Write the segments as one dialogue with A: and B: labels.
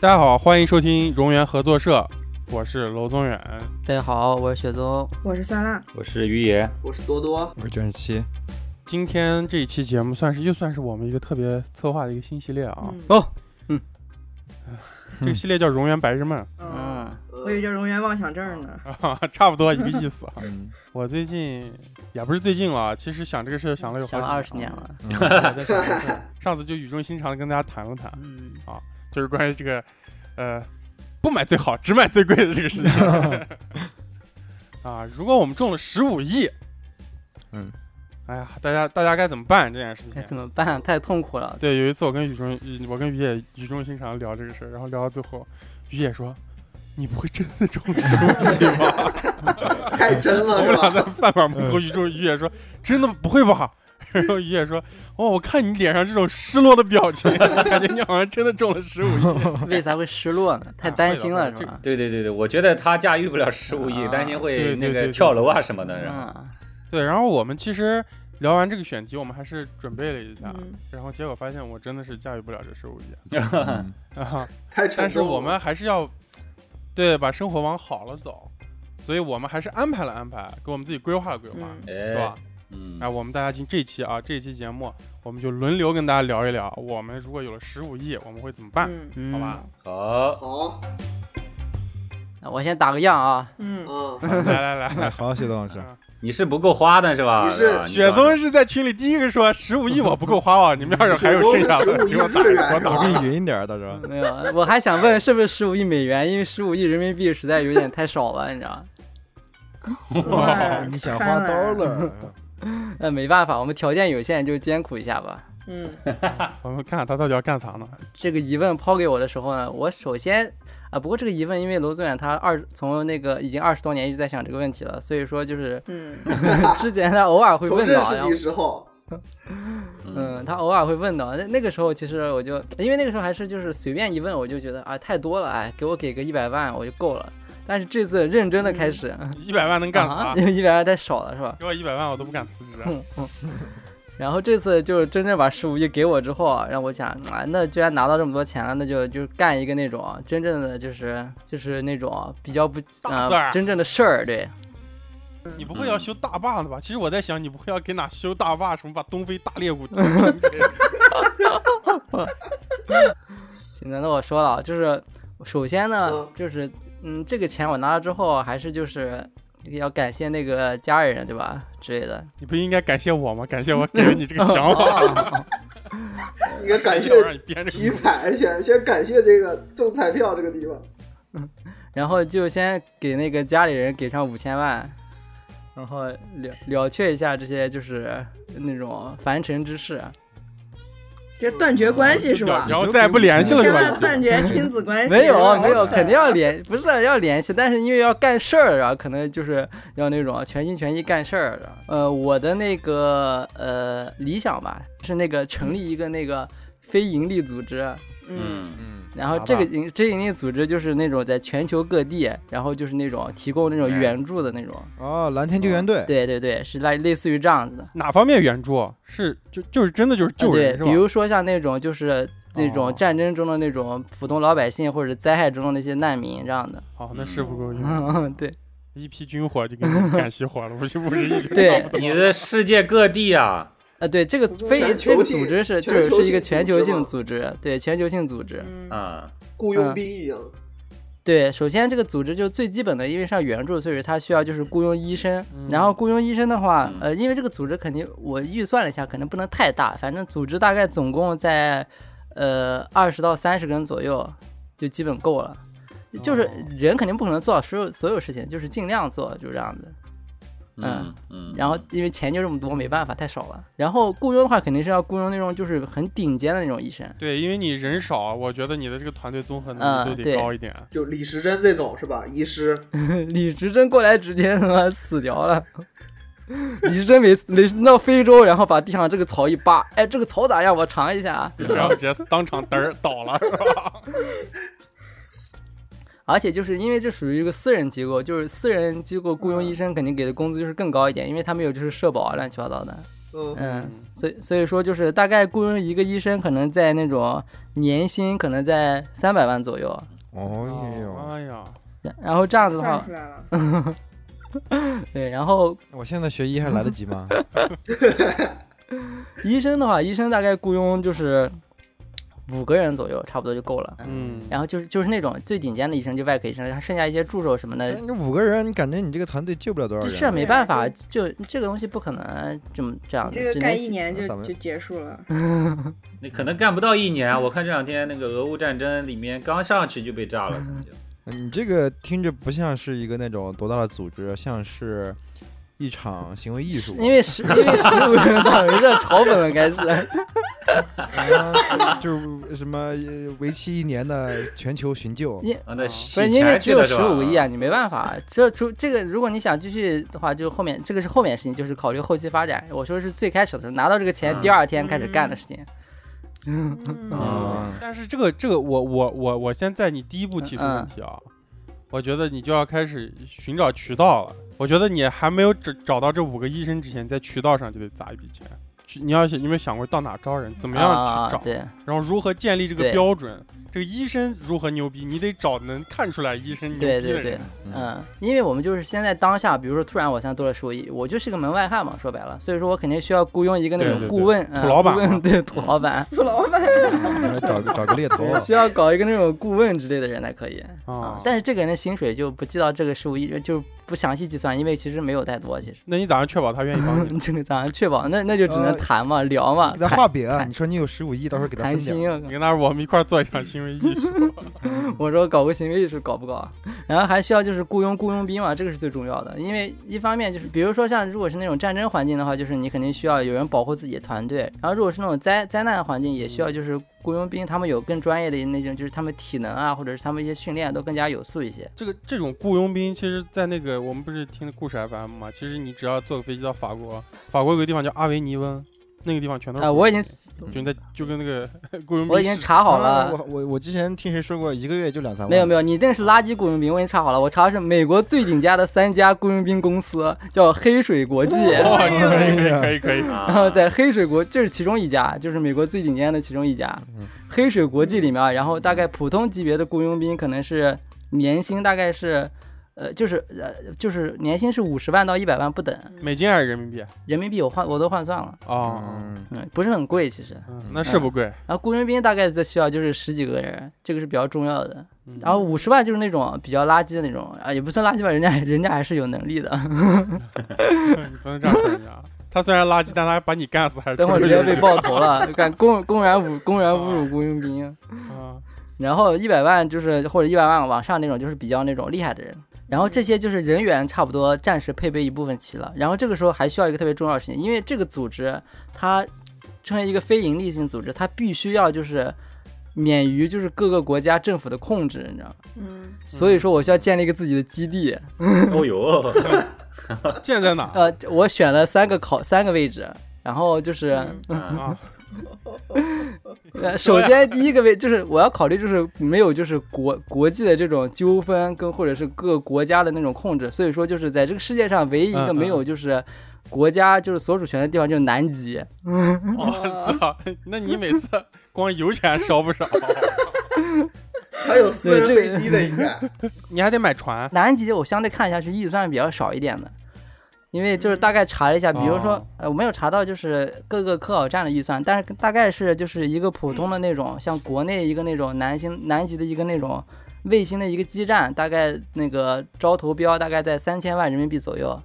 A: 大家好，欢迎收听荣源合作社，我是娄宗远。
B: 大家好，我是雪宗。
C: 我是酸辣，
D: 我是于爷，
E: 我是多多，
F: 我是卷七，
A: 今天这一期节目算是又算是我们一个特别策划的一个新系列啊，
C: 嗯
B: 哦，
A: 这个系列叫《荣源白日梦
C: 嗯，
B: 嗯，
C: 我以为叫容颜妄想症呢。》
A: 啊，差不多一个意思啊。
F: 嗯，
A: 我最近也不是最近了，其实想这个事儿想了有好
B: 想
A: 几
B: 了二十年了。
A: 了，我在想这个事儿上次就语重心长的跟大家谈了谈，
B: 嗯，
A: 就是关于这个，呃，不买最好，只买最贵的这个 事情。啊，如果我们中了十五亿，
F: 嗯，
A: 哎呀，大家大家该怎么办这件事
B: 该
A: 情？
B: 怎么办？太痛 苦了。
A: 对，有一次我跟雨中，雨我跟雨野语重心长地聊这个事儿，然后聊到最后，雨野说：“你不会真的中十五亿吧
E: 太真？”
A: 我
E: 了
A: 们
E: 是
A: 俩在
E: 吧？嗯
A: 饭馆门口，雨中雨野说：“真的不会吧？” 然后雨野说：“哦，我看你脸上这种失落的表情，感觉你好像真的中了十五亿。”
B: 为啥会失落呢？太担心了，是吧？
D: 对对对对，我觉得他驾驭不了十五亿，
B: 啊
D: 担心
A: 对
D: 会
A: 对
D: 那
A: 对
D: 个
A: 对
D: 跳楼啊什么的。然 后，
B: 嗯，
A: 对，然后我们其实聊完这个选题，我们还是准备了一下，
C: 嗯
A: 然后结果发现我真的是驾驭不了这十五 亿
F: 嗯
A: 啊！
E: 太
A: 但
E: 沉重了。
A: 是我们还是要对把生活往好了走，所以我们还是安排了安排，给我们自己规划了规划，
C: 嗯
A: 是吧
D: 哎，？嗯
A: 哎，，我们大家今这一期啊，这一期节目我们就轮流跟大家聊一聊，我们如果有了十五亿，我们会怎么办？
C: 嗯
B: 嗯
A: 好吧，
D: 好，
E: 好，
B: 那我先打个样啊。
C: 嗯，
E: 嗯，
A: 来来 来，
F: 哎好，谢董老师，
D: 你是不够花的是吧？
E: 你是
D: 吧
A: 雪宗是在群里第一个说十五亿我不够花哦，你们要是还有剩下的，
E: 15亿
A: 给我打，
E: 日
A: 给
E: 元啊
A: 我
E: 是
A: 打
E: 吧。
F: 我给你匀一点儿，到时候
B: 没有，我还想问是不是十五亿美元，因为十五亿人民币实在有点太少了，你知道？
E: 啊
C: 哇
F: 你想花
C: 嗯哎看来
F: 刀 了， 嗯
B: 那没办法，我们条件有限，就艰苦一下吧。
C: 嗯
A: 我们看看他到底要干啥呢？
B: 这个疑问抛给我的时候呢，我首先啊，不过这个疑问，因为罗宗远他二从那个已经二十多年一直在想这个问题了，所以说就是
C: 嗯，
B: 之前他偶尔会
E: 从
B: 问
E: 认
B: 到，
E: 识
B: 然后
E: 你时候，
B: 嗯，他偶尔会问到，那那个时候其实我就因为那个时候还是就是随便一问，我就觉得啊太多了，哎，给我给个一百万我就够了。但是这次认真的开始，
A: 一百万能嗯干啥
B: 啊？？嗯因为 一百万太少了是吧？
A: 给我一百万，我都不敢辞职。啊
B: 然后这次就是真正把十五亿给我之后啊，让我想啊，那居然拿到这么多钱了，那就就是干一个那种真正的就是就是那种比较不
A: 大事儿
B: 呃、真正的事儿，对，
A: 你不会要修大坝的吧？其实我在想，你不会要给哪修大坝，什么把东非大裂 谷
B: 行，那我说了啊，就是首先呢
E: 嗯，
B: 就是嗯，这个钱我拿了之后，还是就是要感谢那个家人，对吧？之类的。
A: 你不应该感谢我吗？感谢我给了你这个想法，
E: 应该感
A: 感
E: 谢
A: 谢我让你编这
E: 体
A: 个。
E: 彩，先先感谢这个中彩票这个地方。
B: 然后就先给那个家里人给上五千万，然后了了却一下这些就是那种凡尘之事。啊
C: 这断
A: 嗯
C: 绝关系是吧？
A: 然后再也不联系了是
C: 千万
A: 吧？
C: 断绝亲子关系。
B: 没有啊
C: 然后
B: 没有，肯定要联，不是啊要联系，但是因为要干事儿啊，可能就是要那种全心全意干事儿的。呃，我的那个呃理想吧，是那个成立一个那个非盈利组织，啊
C: 嗯
D: 嗯，
F: 嗯，
B: 然后
F: 好吧
B: 这个营这盈利组织就是那种在全球各地，然后就是那种提供那种
F: 哎
B: 援助的那种。嗯
F: 哦，蓝天救援队，
B: 对对对，是类类似于这样子的。
A: 哪方面援助？是就就是真的就是
B: 啊，
A: 救
B: 对，
A: 人是吧
B: 比？如说像那种就是那
F: 哦
B: 种战争中的那种普通老百姓，或者灾害中的那些难民这样的。
A: 哦，那是不够用，
B: 嗯，对
A: 一批军火就给你干熄火了， 五十五十亿就
B: 对，
D: 嗯你的世界各地啊，
B: 啊，对这个非这
E: 全球
B: 个
E: 性
B: 组织是就
E: 全
B: 是
E: 球
B: 是一个
E: 性
B: 全
E: 组
B: 球
E: 织
B: 性
E: 嘛
B: 组织，对全球性组织。
C: 嗯
D: 啊，
E: 雇佣兵啊一样，
B: 对，首先这个组织就是最基本的，因为上援助，所以它需要就是雇佣医生。然后雇佣医生的话，呃，因为这个组织肯定我预算了一下，可能不能太大，反正组织大概总共在呃二十到三十个人左右，就基本够了。就是
A: 哦
B: 人肯定不可能做到所有所有事情，就是尽量做，就这样子。
D: 嗯嗯，
B: 然后因为钱就这么多，没办法，太少了。然后雇佣的话，肯定是要雇佣那种就是很顶尖的那种医生。
A: 对，因为你人少，啊我觉得你的这个团队综合能力
B: 嗯
A: 都得
B: 对
A: 高一点。
E: 就李时珍这种是吧？医师，
B: 李时珍过来直接他妈死掉了。 李时珍每次每次到非洲，然后把地上这个草一扒，哎，这个草咋样？我尝一下啊。
A: 然后直接当场嘚儿倒了，是吧？
B: 而且就是因为这属于一个私人机构，就是私人机构雇佣医生肯定给的工资就是更高一点，因为他们有就是社保啊乱七八糟的。
E: 嗯
B: 嗯，所以所以说就是大概雇佣一个医生，可能在那种年薪可能在三百万左右，
F: 哦哟，
A: 哎呀，
B: 然然后这样子的
C: 算
B: 话
C: 出，来了，
B: 对，然后
F: 我现在学医还来得及吗？
B: 医生的话，医生大概雇佣就是五个人左右，差不多就够了。
A: 嗯，
B: 然后就是就是那种最顶尖的医生，就外科医生，他剩下一些助手什么的，
F: 哎你这五个人，你感觉你这个团队救不了多少
B: 这
F: 人。
B: 事儿没办法，就这个东西不可能这么这样
C: 你
B: 子，
C: 这
B: 只
C: 个
B: 能
C: 干一年就
F: 咱们
C: 就结束了。
D: 你可能干不到一年。啊我看这两天那个俄乌战争里面刚上去就被炸了，感觉
F: 你这个听着不像是一个那种多大的组织，像是一场行为艺术。
B: 因为十因为十五个人到有点炒粉了，开始。
F: 啊就是什么呃为期一年的全球寻救
B: 因
D: 啊，那
B: 不
D: 洗
B: 是因为
D: 钱
B: 只
D: 去
B: 有
D: 了是
B: 十
D: 吧？
B: 五个亿啊，你没办法。这出这个，如果你想继续的话，就后面这个是后面的事情，就是考虑后期发展。我说是最开始的时候拿到这个钱，
D: 嗯
B: 第二天开始干的事情。
D: 嗯
C: 嗯
F: 啊！
A: 但是这个这个，我我我我先在你第一步提出问题
B: 嗯
A: 啊，我觉得你就要开始寻找渠道了。我觉得你还没有找找到这五个医生之前，在渠道上就得砸一笔钱。去你要想，你有没有想过到哪招人，怎么样
B: 啊
A: 去找，
B: 对，
A: 然后如何建立这个
B: 对
A: 标准？这个医生如何牛逼，你得找能看出来医生牛逼的
B: 对
A: 人。
B: 对对，嗯，因为我们就是现在当下，比如说突然我现在多了十五亿，我就是个门外汉嘛，说白了，所以说我肯定需要雇佣一个那
A: 对
B: 种
A: 对
B: 顾
A: 对
B: 问，
A: 土
B: 嗯
A: 老板
B: 顾问
A: 嘛
B: 对土 老板，
C: 付老板，
F: 找个找个猎头，
A: 哦
B: 需要搞一个那种顾问之类的人才可以。
A: 啊，
B: 但是这个人的薪水就不记到这个十五亿，就不详细计算，因为其实没有太多，其实。
A: 那你咋样确保他愿意帮你？
B: 这个咱确保，那那就
A: 呃
B: 只能谈嘛，聊嘛，
F: 给他
B: 谈
F: 画饼啊！你说你有十五亿，到时候给他
B: 谈
F: 分点
B: 心
F: 儿。
B: 啊。
A: 你跟他说我们一块儿做一场行为艺术，
B: 我说搞个行为艺术搞不搞啊？然后还需要就是雇佣雇佣兵嘛，这个是最重要的，因为一方面就是比如说像如果是那种战争环境的话，就是你肯定需要有人保护自己的团队，然后如果是那种灾灾难环境，也需要就是雇佣兵，他们有更专业的那种，就是他们体能啊，或者是他们一些训练都更加有素一些。
A: 这个这种雇佣兵，其实，在那个我们不是听的故事 FM 嘛，其实你只要坐个飞机到法国，法国有个地方叫阿维尼翁，那个地方全都是
B: 啊
A: 雇
B: 我
A: 佣
B: 已
A: 兵就在就跟那个 雇佣兵，
B: 我已经，查好
F: 啊
B: 了，
F: 我我我之前听谁说过，一个月就两三万。
B: 没有没有，你那是垃圾雇佣兵，我已经查好了，我查的是美国最顶尖的三家雇佣兵公司，叫黑水国 际。
A: 哇，可以
F: 嗯
A: 可以可以可以，
D: 啊
B: 然后在黑水国，这是其中一家，就是美国最顶尖的其中一家，黑水国际里面啊，然后大概普通级别的雇佣兵可能是年薪大概是，呃，就是呃就是年薪是五十万到一百万不等，
A: 美金还是人民币？啊
B: 人民币我换我都换算了，
A: 哦，
F: 嗯，
B: 嗯，不是很贵其实。
A: 嗯那是不贵，
B: 然后雇佣兵大概的需要就是十几个人，这个是比较重要的。
A: 嗯
B: 然后五十万就是那种比较垃圾的那种啊，也不算垃圾吧，人家人家还是有能力的。
F: 嗯
A: 你不能这样说人家。啊他虽然垃圾，但他把你干死还是
B: 等会儿直
A: 抽
B: 接
A: 抽
B: 被
A: 筋
B: 爆头了，敢公公然侮公然侮辱雇佣兵。
A: 啊
B: 然后一百万就是或者一百万往上那种，就是比较那种厉害的人。然后这些就是人员差不多暂时配备一部分齐了。然后这个时候还需要一个特别重要的事情，因为这个组织它成为一个非盈利性组织，它必须要就是免于就是各个国家政府的控制，你知道吗？
C: 嗯，
B: 所以说我需要建立一个自己的基地。
D: 哦呦，
A: 剑在哪？
B: 呃，我选了三个考三个位置。然后就是，
D: 啊
A: 啊，
B: 呃 首先第一个位就是我要考虑，就是没有就是国国际的这种纠纷跟或者是各个国家的那种控制，所以说就是在这个世界上唯一一个
A: 嗯嗯
B: 没有就是国家就是所属权的地方就是南极。
A: 哦我操！那你每次光油钱烧不少，啊
E: 还有私人
B: 对这个
E: 飞机的应该，
A: 你还得买船。
B: 南极我相对看一下是预算比较少一点的，因为就是大概查了一下，比如说
A: 哦
B: 呃我没有查到就是各个科考站的预算，但是大概是就是一个普通的那种，像国内一个那种南星南极的一个那种卫星的一个基站，大概那个招投标大概在三千万人民币左右。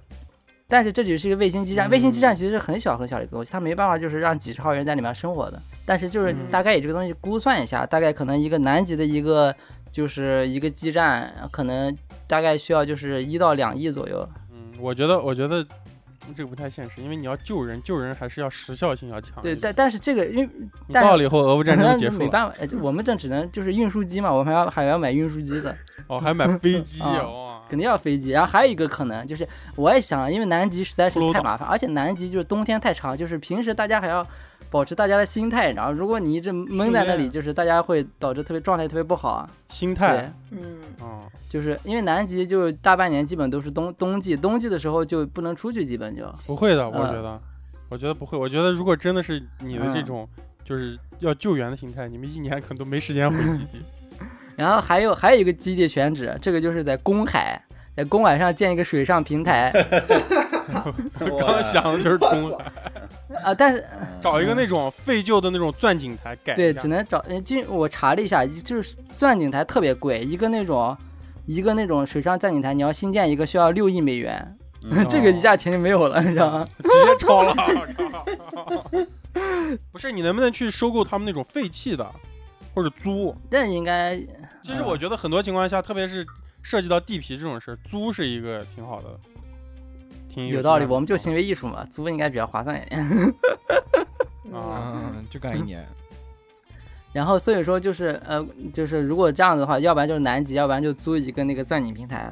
B: 但是这只是一个卫星基站，卫星基站其实是很小很小的一个东西，它没办法就是让几十号人在里面生活的。但是就是
C: 嗯
B: 大概以这个东西估算一下，大概可能一个南极的一个就是一个基站，可能大概需要就是一到两亿左右。
A: 嗯，我觉得，我觉得这个不太现实，因为你要救人，救人还是要时效性要强一
B: 对，
A: 些。
B: 但但是这个因为
A: 你
B: 但
A: 到了以后，俄乌战争
B: 那
A: 就结束
B: 没
A: 了。
B: 办法，呃我们这只能就是运输机嘛，我们还要还要买运输机的，
A: 哦，还买飞机哦
B: 啊
A: 哇！
B: 肯定要飞机。然后还有一个可能就是，我也想，因为南极实在是
A: 骷髅
B: 太
A: 岛
B: 麻烦，而且南极就是冬天太长，就是平时大家还要保持大家的心态，然后如果你一直闷在那
A: 训
B: 里，
A: 练
B: 就是大家会导致特别状态特别不好啊。
A: 心
B: 对
A: 态，
C: 嗯，
A: 啊，
B: 就是因为南极就是大半年基本都是冬冬季，冬季的时候就不能出去，基本就
A: 不会的，
B: 嗯
A: 我觉得。我觉得不会，我觉得如果真的是你的这
B: 嗯
A: 种就是要救援的心态，你们一年可能都没时间回基地。
B: 然后还有还有一个基地选址，这个就是在公海，在公海上建一个水上平台
A: 我刚想的就是公海，
B: 啊，但是
A: 找一个那种废旧的那种钻井台改一
B: 嗯对，
A: 下
B: 只能找。呃就我查了一下，就是钻井台特别贵，一个那种，一个那种水上钻井台，你要新建一个需要六亿美元，
A: 哦
D: 嗯
B: 这个一下钱就没有了，你知道 吗？
A: 直接超了。我靠 不是，你能不能去收购他们那种废弃的，或者租？
B: 但应该
A: 其实我觉得很多情况下，特别是涉及到地皮这种事儿，租是一个挺好的，挺
B: 有道理，
A: 想法
B: 我们就行为艺术嘛，租应该比较划算一点。
A: 啊
F: 嗯，就干一年，
B: 然后所以说就是呃，就是如果这样子的话，要不然就是南极，要不然就租一个那个钻井平台。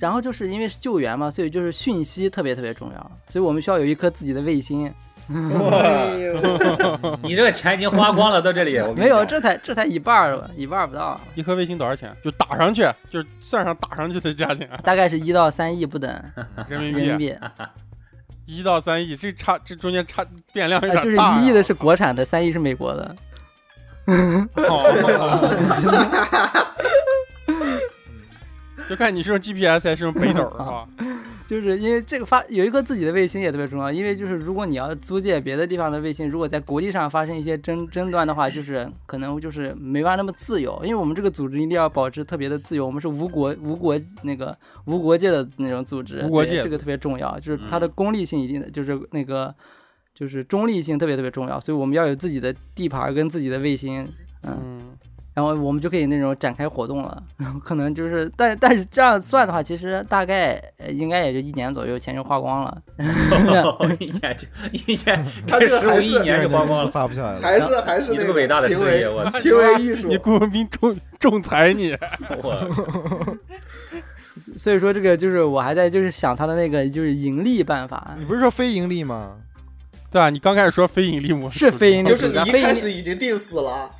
B: 然后就是因为是救援嘛，所以就是讯息特别特别重要，所以我们需要有一颗自己的卫星。
D: 哇
C: 哎呦，
D: 你这个钱已经花光了，到这里我跟你
B: 没有，
D: 讲
B: 这才这才一半儿吧，一半儿不到，
A: 一颗卫星多少钱？就打上去，就是算上打上去的价钱，
B: 大概是一到三亿不等
A: 人民
B: 人民
A: 币
B: 币。呃
A: 一到三亿，这差这中间差变量有
B: 呃，就
A: 点
B: 是
A: 大、哎呀
B: 一亿的是国产的，三亿是美国的。
A: 哦就看你是用 GPS 还是用北斗
B: 嗯
A: 是吧？
B: 就是因为这个发有一个自己的卫星也特别重要，因为就是如果你要租借别的地方的卫星，如果在国际上发生一些争争端的话，就是可能就是没法那么自由，因为我们这个组织一定要保持特别的自由，我们是无国无国那个无国界的那种组织，
A: 无国
B: 对
A: 界嗯
B: 这个特别重要，就是它的功利性一定的就是那个就是中立性特别特别重要，所以我们要有自己的地盘儿跟自己的卫星，
A: 嗯，
B: 然后我们就可以那种展开活动了， 然后可能就是，但但是这样算的话，其实大概呃应该也就一年左右，钱就花光了。
D: 一年就一 年，
E: 他这个
D: 十五
E: 还是
D: 一年就花光了。
F: 发不下来了。
E: 还是还是
D: 你这
E: 那
D: 个伟大的事
E: 行为
D: 业，我操
E: 行为艺术
A: 你，雇佣兵仲仲裁你，
D: 我
B: 所以说这个就是我还在就是想他的那个就是盈利办法
F: 你不是说非盈利吗？
A: 对啊，你刚开始说非盈利模式
B: 是非盈利
E: 就
B: 组
E: 是
B: 织，
E: 你一
B: 非盈
E: 开
B: 利
E: 始已经定死了，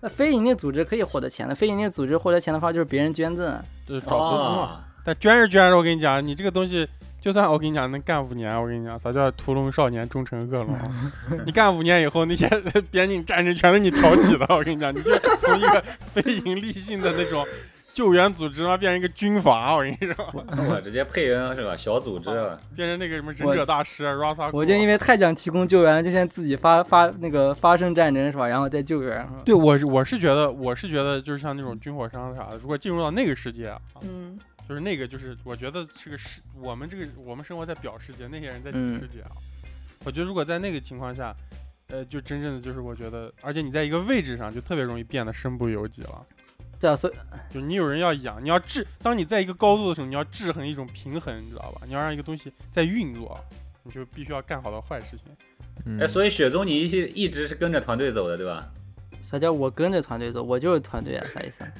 B: 呃非盈利组织可以获得钱的，非盈利组织获得钱的话就是别人捐赠，
A: 就是找投资嘛。
D: 啊，
A: 但捐是捐，我跟你讲，你这个东西，就算我跟你讲能干五年，我跟你讲，啥叫屠龙少年终成恶龙？你干五年以后，那些 边境战争全是你挑起的，我跟你讲，你就从一个非盈利性的那种救援组织，嘛，变成一个军阀，我跟你说，
D: 我直接配音是吧？小组织吧，
A: 变成那个什么忍者大师啊 Rasa，
B: 我就因
A: 为
B: 为太想提供救援了，就先自己发发那个发生战争是吧，然后再救援。
A: 啊对我是我是觉得我是觉得就是像那种军火商啥的，如果进入到那个世界啊，
C: 嗯，
A: 就是那个，就是我觉得是个世，我们这个我们生活在表世界，那些人在
B: 嗯
A: 里世界啊。我觉得如果在那个情况下，呃，就真正的就是我觉得，而且你在一个位置上就特别容易变得身不由己了。
B: 对啊，所以
A: 就你有人要养，你要制，当你在一个高度的时候，你要制衡一种平衡，你知道吧？你要让一个东西在运作，你就必须要干好的坏事情。
F: 嗯
D: 哎，所以雪宗你一些一直是跟着团队走的，对吧？
B: 啥叫我跟着团队走，我就是团队啊，啥意思哎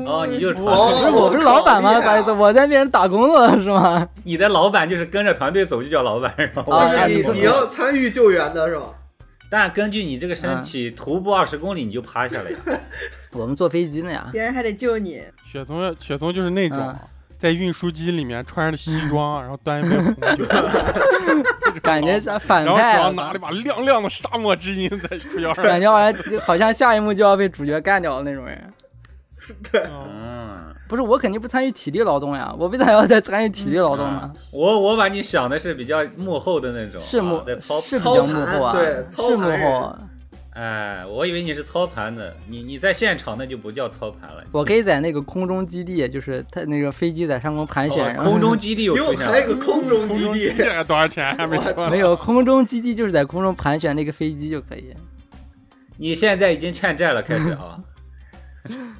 B: 啊？
D: 哦，
C: 嗯
D: 你就是团
E: 哦
D: 队，
B: 不是我不是老板吗？
E: 啊
B: 啥意思？我在别人打工了是吗？
D: 你的老板就是跟着团队走就叫老板，然后
B: 啊
E: 就是
B: 你
E: 你
B: 说
E: 你要参与救援的是吧？
D: 但根据你这个身体，徒步二十公里你就爬下来呀。
B: 我们坐飞机呢呀，
C: 别人还得 救你，
A: 雪松，雪松就是那种
B: 嗯
A: 在运输机里面穿着西装，然后端一杯红 酒那种，
B: 感觉像反
A: 然后
B: 派
A: 手
B: 啊，
A: 上拿了一把亮亮的沙漠之音在腰 上。
B: 感觉好像好像下一幕就要被主角干掉的那种人。
A: 嗯
D: 嗯，
B: 不是，我肯定不参与体力劳动呀，我为啥要再参与体力劳动呢？
D: 啊我我把你想的是比较幕后的那种，
B: 是幕
D: 啊在操，
B: 是比
E: 操
B: 较幕后啊，
E: 盘对操
B: 是幕
E: 盘
B: 后。啊
D: 哎，我以为你是操盘的，你你在现场那就不叫操盘了。
B: 我可以在那个空中基地，就是他那个飞机在上空盘旋，
D: 哦
A: 嗯
B: 然后
D: 空中基地有
E: 哟，
D: 出现
E: 还有
D: 了，
E: 个空中
A: 空
E: 基
A: 中
E: 地，
A: 这多少钱还没说呢
B: 没有空中基地就是在空中盘旋那个飞机就可以。
D: 你现在已经欠债了，开始 啊。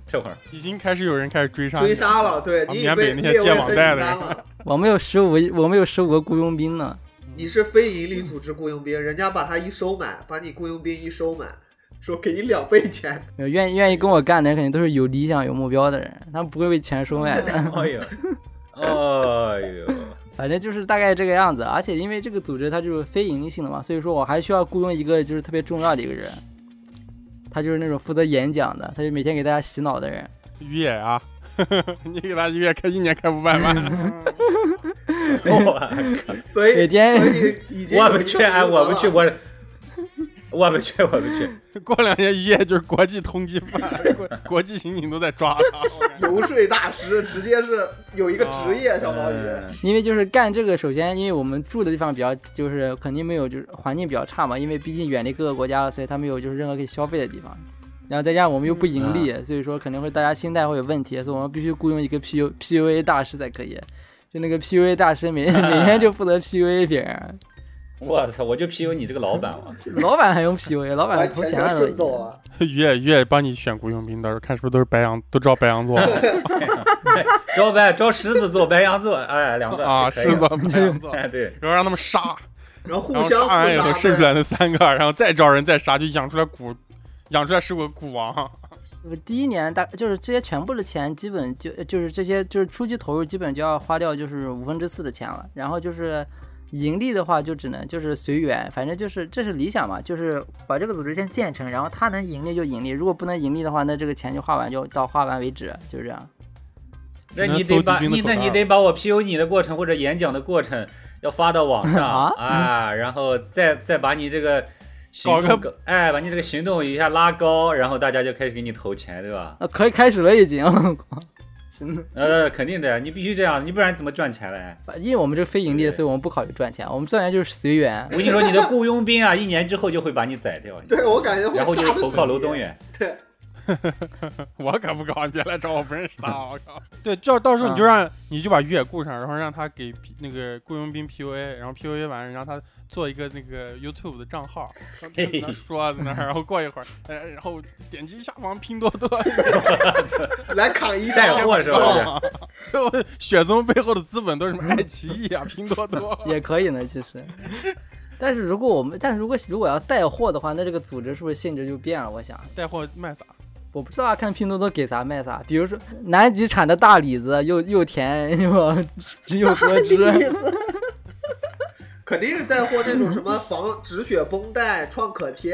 D: 这会儿
A: 已经开始有人开始追杀你
E: 追杀了，对
A: 啊
E: 你
A: 缅
E: 被
A: 北那些
E: 列为
A: 接网
E: 黑
A: 贷
E: 名
A: 的
E: 单
A: 人
E: 了。
B: 我们有十五，我们有十五个雇佣兵呢。
E: 你是非营利组织雇佣兵，人家把他一收买，把你雇佣兵一收买，说给你两倍钱，
B: 呃愿愿意跟我干的人，肯定都是有理想、有目标的人，他们不会为钱收买的。
A: 嗯
D: 哎呦，哎 呦，
B: 反正就是大概这个样子。而且因为这个组织它就是非盈利性的嘛，所以说我还需要雇佣一个就是特别重要的一个人，他就是那种负责演讲的，他就每天给大家洗脑的人。
A: 于野啊，你给他一月开一年开五百万，
C: 嗯
D: 我
E: 所以
B: 每天
E: 所以你已 经
D: 我不去，哎，我不去，
E: 我
D: 我我不去，我不去。
A: 过两天一夜就是国际通缉犯，国国际刑警都在抓他。我感觉
E: 游说大师，直接是有一个
A: 哦
E: 职业，小毛
D: 嗯
E: 鱼。
B: 因为就是干这个，首先因为我们住的地方比较，就是肯定没有，就是环境比较差嘛，因为毕竟远离各个国家了，所以他没有就是任何可以消费的地方。然后再加上我们又不盈利，所以说肯定会大家心态会有问题，所以我们必须雇佣一个 P U P U A 大师才可以。就那个 P U A 大师每每天就负责 P U A 别人，
D: 我操，我就 PU 你这个老板了。
B: 老板还用 P U A，老
E: 把
B: 板投
E: 钱
B: 钱
E: 全
B: 了都
E: 顺
B: 已
E: 走
B: 经。
E: 了，
A: 于野于野帮你选雇佣兵，到时候看是不是都是白羊，都招白羊 座
D: 招白招狮子座、白羊座，哎，两个
A: 啊，
D: 可以
A: 狮子白羊座，
D: 哎，对，
A: 然后让他们杀，
E: 然后互
A: 然后
E: 相
A: 杀完以后
E: 互
A: 剩
E: 杀
A: 出来那三个，然后再招人再杀，就养出来蛊，养出来是个蛊王。
B: 我第一年大就是这些全部的钱，基本就就是这些就是初期投入，基本就要花掉就是五分之四的钱了。然后就是盈利的话，就只能就是随缘，反正就是这是理想嘛，就是把这个组织先建成，然后它能盈利就盈利，如果不能盈利的话，那这个钱就花完就到花完为止，就是这样。
D: 那
A: 只能
D: 你
A: 搜
D: 得把
A: 敌兵的口
D: 你那
A: 袋
D: 你
A: 了
D: 得把我 PU 你的过程或者演讲的过程要发到网上
B: 啊
D: 啊，然后再再把你这个行
A: 搞
D: 动搞哎，把你这个行动一下拉高，然后大家就开始给你投钱，对吧？
B: 啊，可以开始了已经。 真的，
D: 呃，肯定的，你必须这样，你不然怎么赚钱嘞？
B: 反因为我们这个非盈利，
D: 对
B: 所以我们不考虑赚钱，我们赚钱就是随缘
D: 我。跟你说，你的雇佣兵啊，一年之后就会把你宰掉，
E: 对我感觉会
D: 然后就
E: 杀
D: 是
E: 得
D: 投
E: 死
D: 靠
E: 你
D: 楼宗。 远。
E: 对，
A: 我可不搞，你别来找我不认识他，我靠！ 嗯对，就到时候你就让、你就把越野雇上，然后让他给 P- 那个雇佣兵 PUA，然后 PUA 完让他做一个那个 YouTube 的账号，让他在那说在那儿，然后过一会儿，呃然后点击下方拼多 多，
E: 来扛一
D: 带
E: 仗，
D: 货 是吧？
A: 最后雪松背后的资本都是什么爱奇艺啊、拼多多。
B: 也可以呢，其实。但是如果我们，但是如果如果要带货的话，那这个组织是不是性质就变了？我想，
A: 带货卖啥？
B: 我不知道啊，看拼多多给啥卖啥。比如说南极产的大李子，又又甜又又多 汁，
E: 肯定是带货那种什么防止血绷带、创可贴。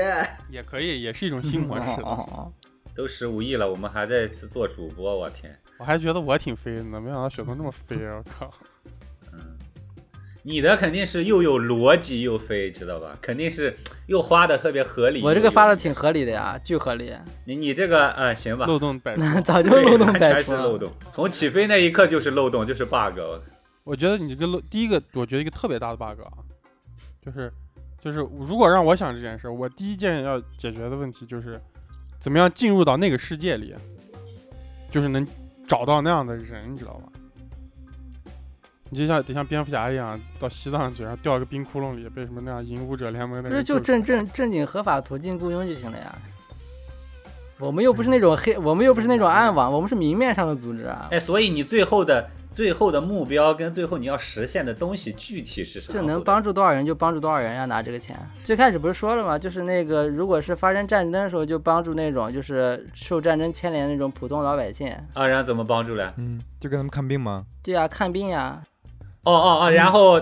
A: 也可以，也是一种新模式的。
B: 哦
D: 都十五亿了，我们还在做主播，我天！
A: 我还觉得我挺飞的呢，没想到雪松这么飞，啊我靠！
D: 你的肯定是又有逻辑又飞，知道吧？肯定是又花的特别合理。
B: 我这个发的
D: 的
B: 挺合理的呀，巨合理，
D: 你你这个呃行吧，
A: 漏洞百出。
B: 早就
D: 对
B: 漏洞
D: 完
B: 百
D: 全
B: 出
D: 是漏
B: 了。
D: 洞，从起飞那一刻就是漏洞，就是 bug。
A: 我觉得你这个漏第一个，我觉得一个特别大的 bug 啊，就是就是如果让我想这件事，我第一件要解决的问题就是怎么样进入到那个世界里，就是能找到那样的人，你知道吧？你就像得像蝙蝠侠一样到西藏去，然后掉个冰窟窿里，被什么那样影武者联盟的
B: 不
A: 人
B: 是就
A: 救
B: 正正正经合法途径雇佣就行了呀。我们又不是那种黑，我们又不是那种暗网，我们是明面上的组织啊。
D: 哎，所以你最后的最后的目标跟最后你要实现的东西具体是啥？
B: 这能帮助多少人就帮助多少人呀、啊拿这个钱。最开始不是说了吗？就是那个，如果是发生战争的时候，就帮助那种就是受战争牵连的那种普通老百姓。
D: 啊，然后怎么帮助嘞？
F: 嗯，就跟他们看病吗？
B: 对呀、看病啊呀、
D: 哦哦哦，然后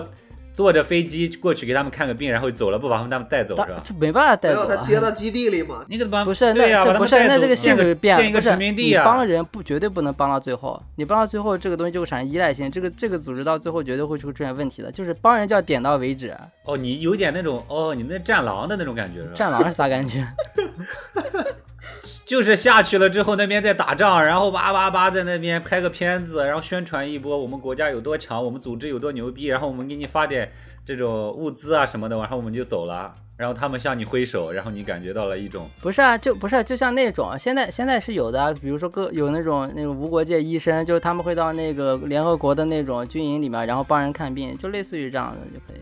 D: 坐着飞机过去给他们看个病，然后走了，不把他们带走
B: 当
D: 是吧？
B: 这没办法带
E: 没
B: 走、
E: 有，他
B: 啊。
E: 接到基地里嘛，
D: 你给他们
B: 不是，那
D: 对呀，把
B: 这
D: 他
B: 不
D: 们
B: 是，
D: 带
B: 那
D: 走
B: 这个性
D: 建
B: 质就
D: 个
B: 变了。
D: 建一个
B: 不是
D: 殖民地啊呀。
B: 你帮人不绝对不能帮到最后，你帮到最后这个东西就会产生依赖性，这个这个组织到最后绝对会出出现问题的。就是帮人就要点到为止。
D: 哦，你有点那种哦，你那战狼的那种感觉是吧？
B: 战狼是啥感觉？
D: 就是下去了之后，那边在打仗，然后叭叭叭在那边拍个片子，然后宣传一波我们国家有多强，我们组织有多牛逼，然后我们给你发点这种物资啊什么的，然后我们就走了。然后他们向你挥手，然后你感觉到了一种
B: 不是啊，就不是啊、就像那种现在现在是有的啊，比如说各有那种那种无国界医生，就是他们会到那个联合国的那种军营里面，然后帮人看病，就类似于这样的就可以。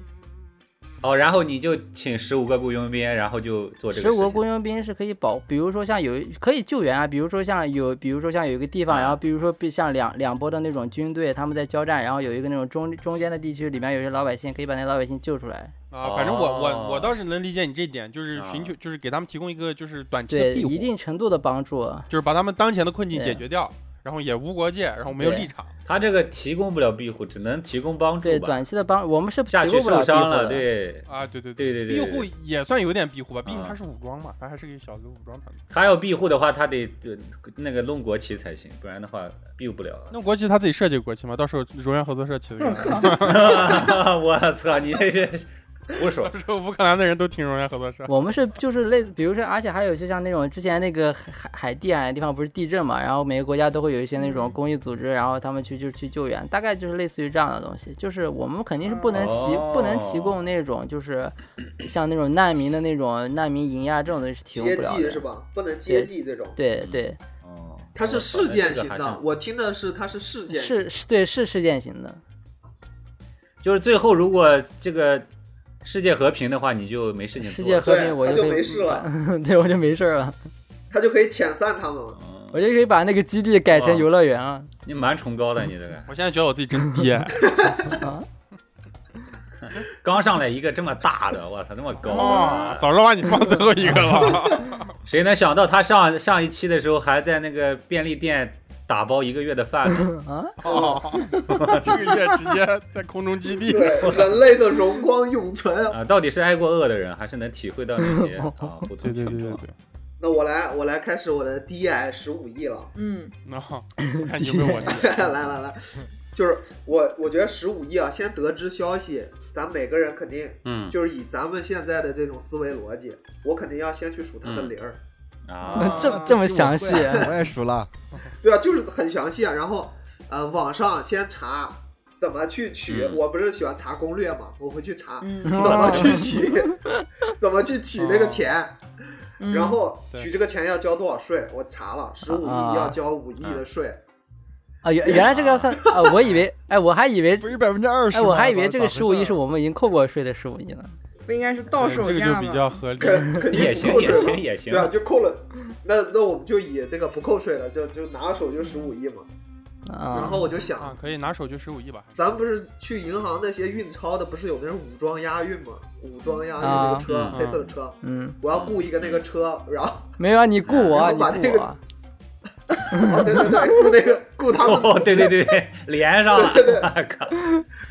D: 哦，然后你就请十五个雇佣兵，然后就做这
B: 十
D: 个事
B: 五
D: 情。
B: 个雇佣兵是可以保，比如说像有可以救援啊，比如说像有，比如说像有一个地方，
D: 啊
B: 然后比如说比像两两波的那种军队他们在交战，然后有一个那种中中间的地区里面有些老百姓，可以把那老百姓救出来。
A: 啊，反正我我我
D: 哦
A: 倒是能理解你这点，就是寻求，就是给他们提供一个就是短期的
B: 对，
A: 庇护，
B: 一定程度的帮助。啊
A: 就是把他们当前的困境
B: 对
A: 解决掉，然后也无国界，然后没有立场。
D: 他这个提供不了庇护，只能提供帮
B: 对
D: 助吧
B: 短。期的帮，我们是
D: 下
B: 提
D: 去
B: 供不了
D: 受
B: 庇护
D: 伤
B: 的，
D: 对，
A: 啊，对对嗯
D: 对对对
A: 庇
D: 对
A: 护也算有点庇护吧，毕竟
D: 啊
A: 他是武装嘛，他还是个小的武装团队。
D: 他要庇护的话，他得对那个弄国旗才行，不然的话庇护不了。
A: 弄国旗他自己设计国旗嘛，到时候荣源合作社起的。
D: 我操，你这是胡说
A: 到时候乌克兰的人都听荣源合作社。
B: 我们是就是类似，比如说，而且还有就像那种之前那个海海地啊地方不是地震嘛，然后每个国家都会有一些那种公益组织，然后他们去就去救援，大概就是类似于这样的东西。就是我们肯定是不能提、
D: 哦
B: 不能提供那种就是像那种难民的那种难民营呀这种东西是提供
E: 接
B: 不了
E: 济
B: 的。
E: 是吧？不能接济这种，
B: 对对，
D: 哦，
E: 它是事件型
D: 我操那这个还
E: 的。
D: 是
E: 我听的是它是事件型，
B: 是是，对是事件型的，
D: 就是最后如果这个世界和平的话，你就没事情做。
B: 世界和
E: 对
B: 平，我
E: 它
B: 就
E: 就
B: 可以
E: 没事了，
B: 对我就没事儿了，
E: 它就可以遣散他 们了。
B: 我就可以把那个基地改成
D: 哇
B: 游乐园了。
D: 你蛮崇高的，你这个
A: 我现在觉得我自己真爹，
D: 刚上来一个这么大的，我操，这么高、
A: 哦，早知道把你放最后一个了。
D: 谁能想到他上上一期的时候还在那个便利店打包一个月的饭 呢？
A: 哦， 这个月直接在空中基地。
E: 对，人类的荣光永存。
D: 啊，到底是挨过饿的人，还是能体会到那些
B: 哦
D: 啊不
A: 对对
D: 同
A: 对
D: 症
A: 对
D: 状？
A: 对，
E: 那我来，我来开始我的 DI 十五亿了。
C: 嗯，
A: 那好我看你有没有我 爹。
E: 来来来，就是我我觉得十五亿啊，先得知消息，咱每个人肯定
D: 嗯
E: 就是以咱们现在的这种思维逻辑，我肯定要先去数它的
D: 嗯
E: 零儿。
D: 啊，
B: 这么这么详细，
F: 我也熟了，
E: 对啊，就是很详细啊。然后呃，网上先查怎么去取，
D: 嗯
E: 我不是喜欢查攻略嘛，我会去查
C: 嗯
E: 怎么去取， 怎么去取那个钱，
C: 嗯
E: 然后
A: 对
E: 取这个钱要交多少税，我查了，十五
B: 啊
E: 亿要交五亿的税。
B: 啊，原原来这个要算啊，我以为，哎，我还以为，
F: 不是百分之二十？
B: 哎，我还以为
F: 咋
B: 这个
F: 咋
B: 十五
F: 回
B: 亿
F: 事
B: 是我们已经扣过税的十五亿呢。
C: 不应该是到
A: 对
C: 手
A: 这个
C: 价
A: 就
C: 吗？
A: 比较合理。
E: 肯肯定
D: 也
E: 不
D: 行
E: 扣
D: 也
E: 税
D: 行
E: 嘛，
D: 也行
E: 对，啊，就扣了。那那我们就以这个不扣税的，就就拿手就十五亿嘛。然
B: 啊
E: 后我就想，
A: 啊，可以拿手就十五亿吧。
E: 咱不是去银行那些运钞的，不是有那种武装押运吗？武装押运
B: 啊
E: 那个车，
D: 嗯
E: 黑色的车，
B: 嗯，
E: 我要雇一个那个车，然后
B: 没有啊，你雇我，啊，
E: 然后
B: 你
E: 把那
B: 雇
E: 个
B: 我啊，
E: 哦对对对，雇那个 雇他们
D: 哦，对对对，对连上了， 靠，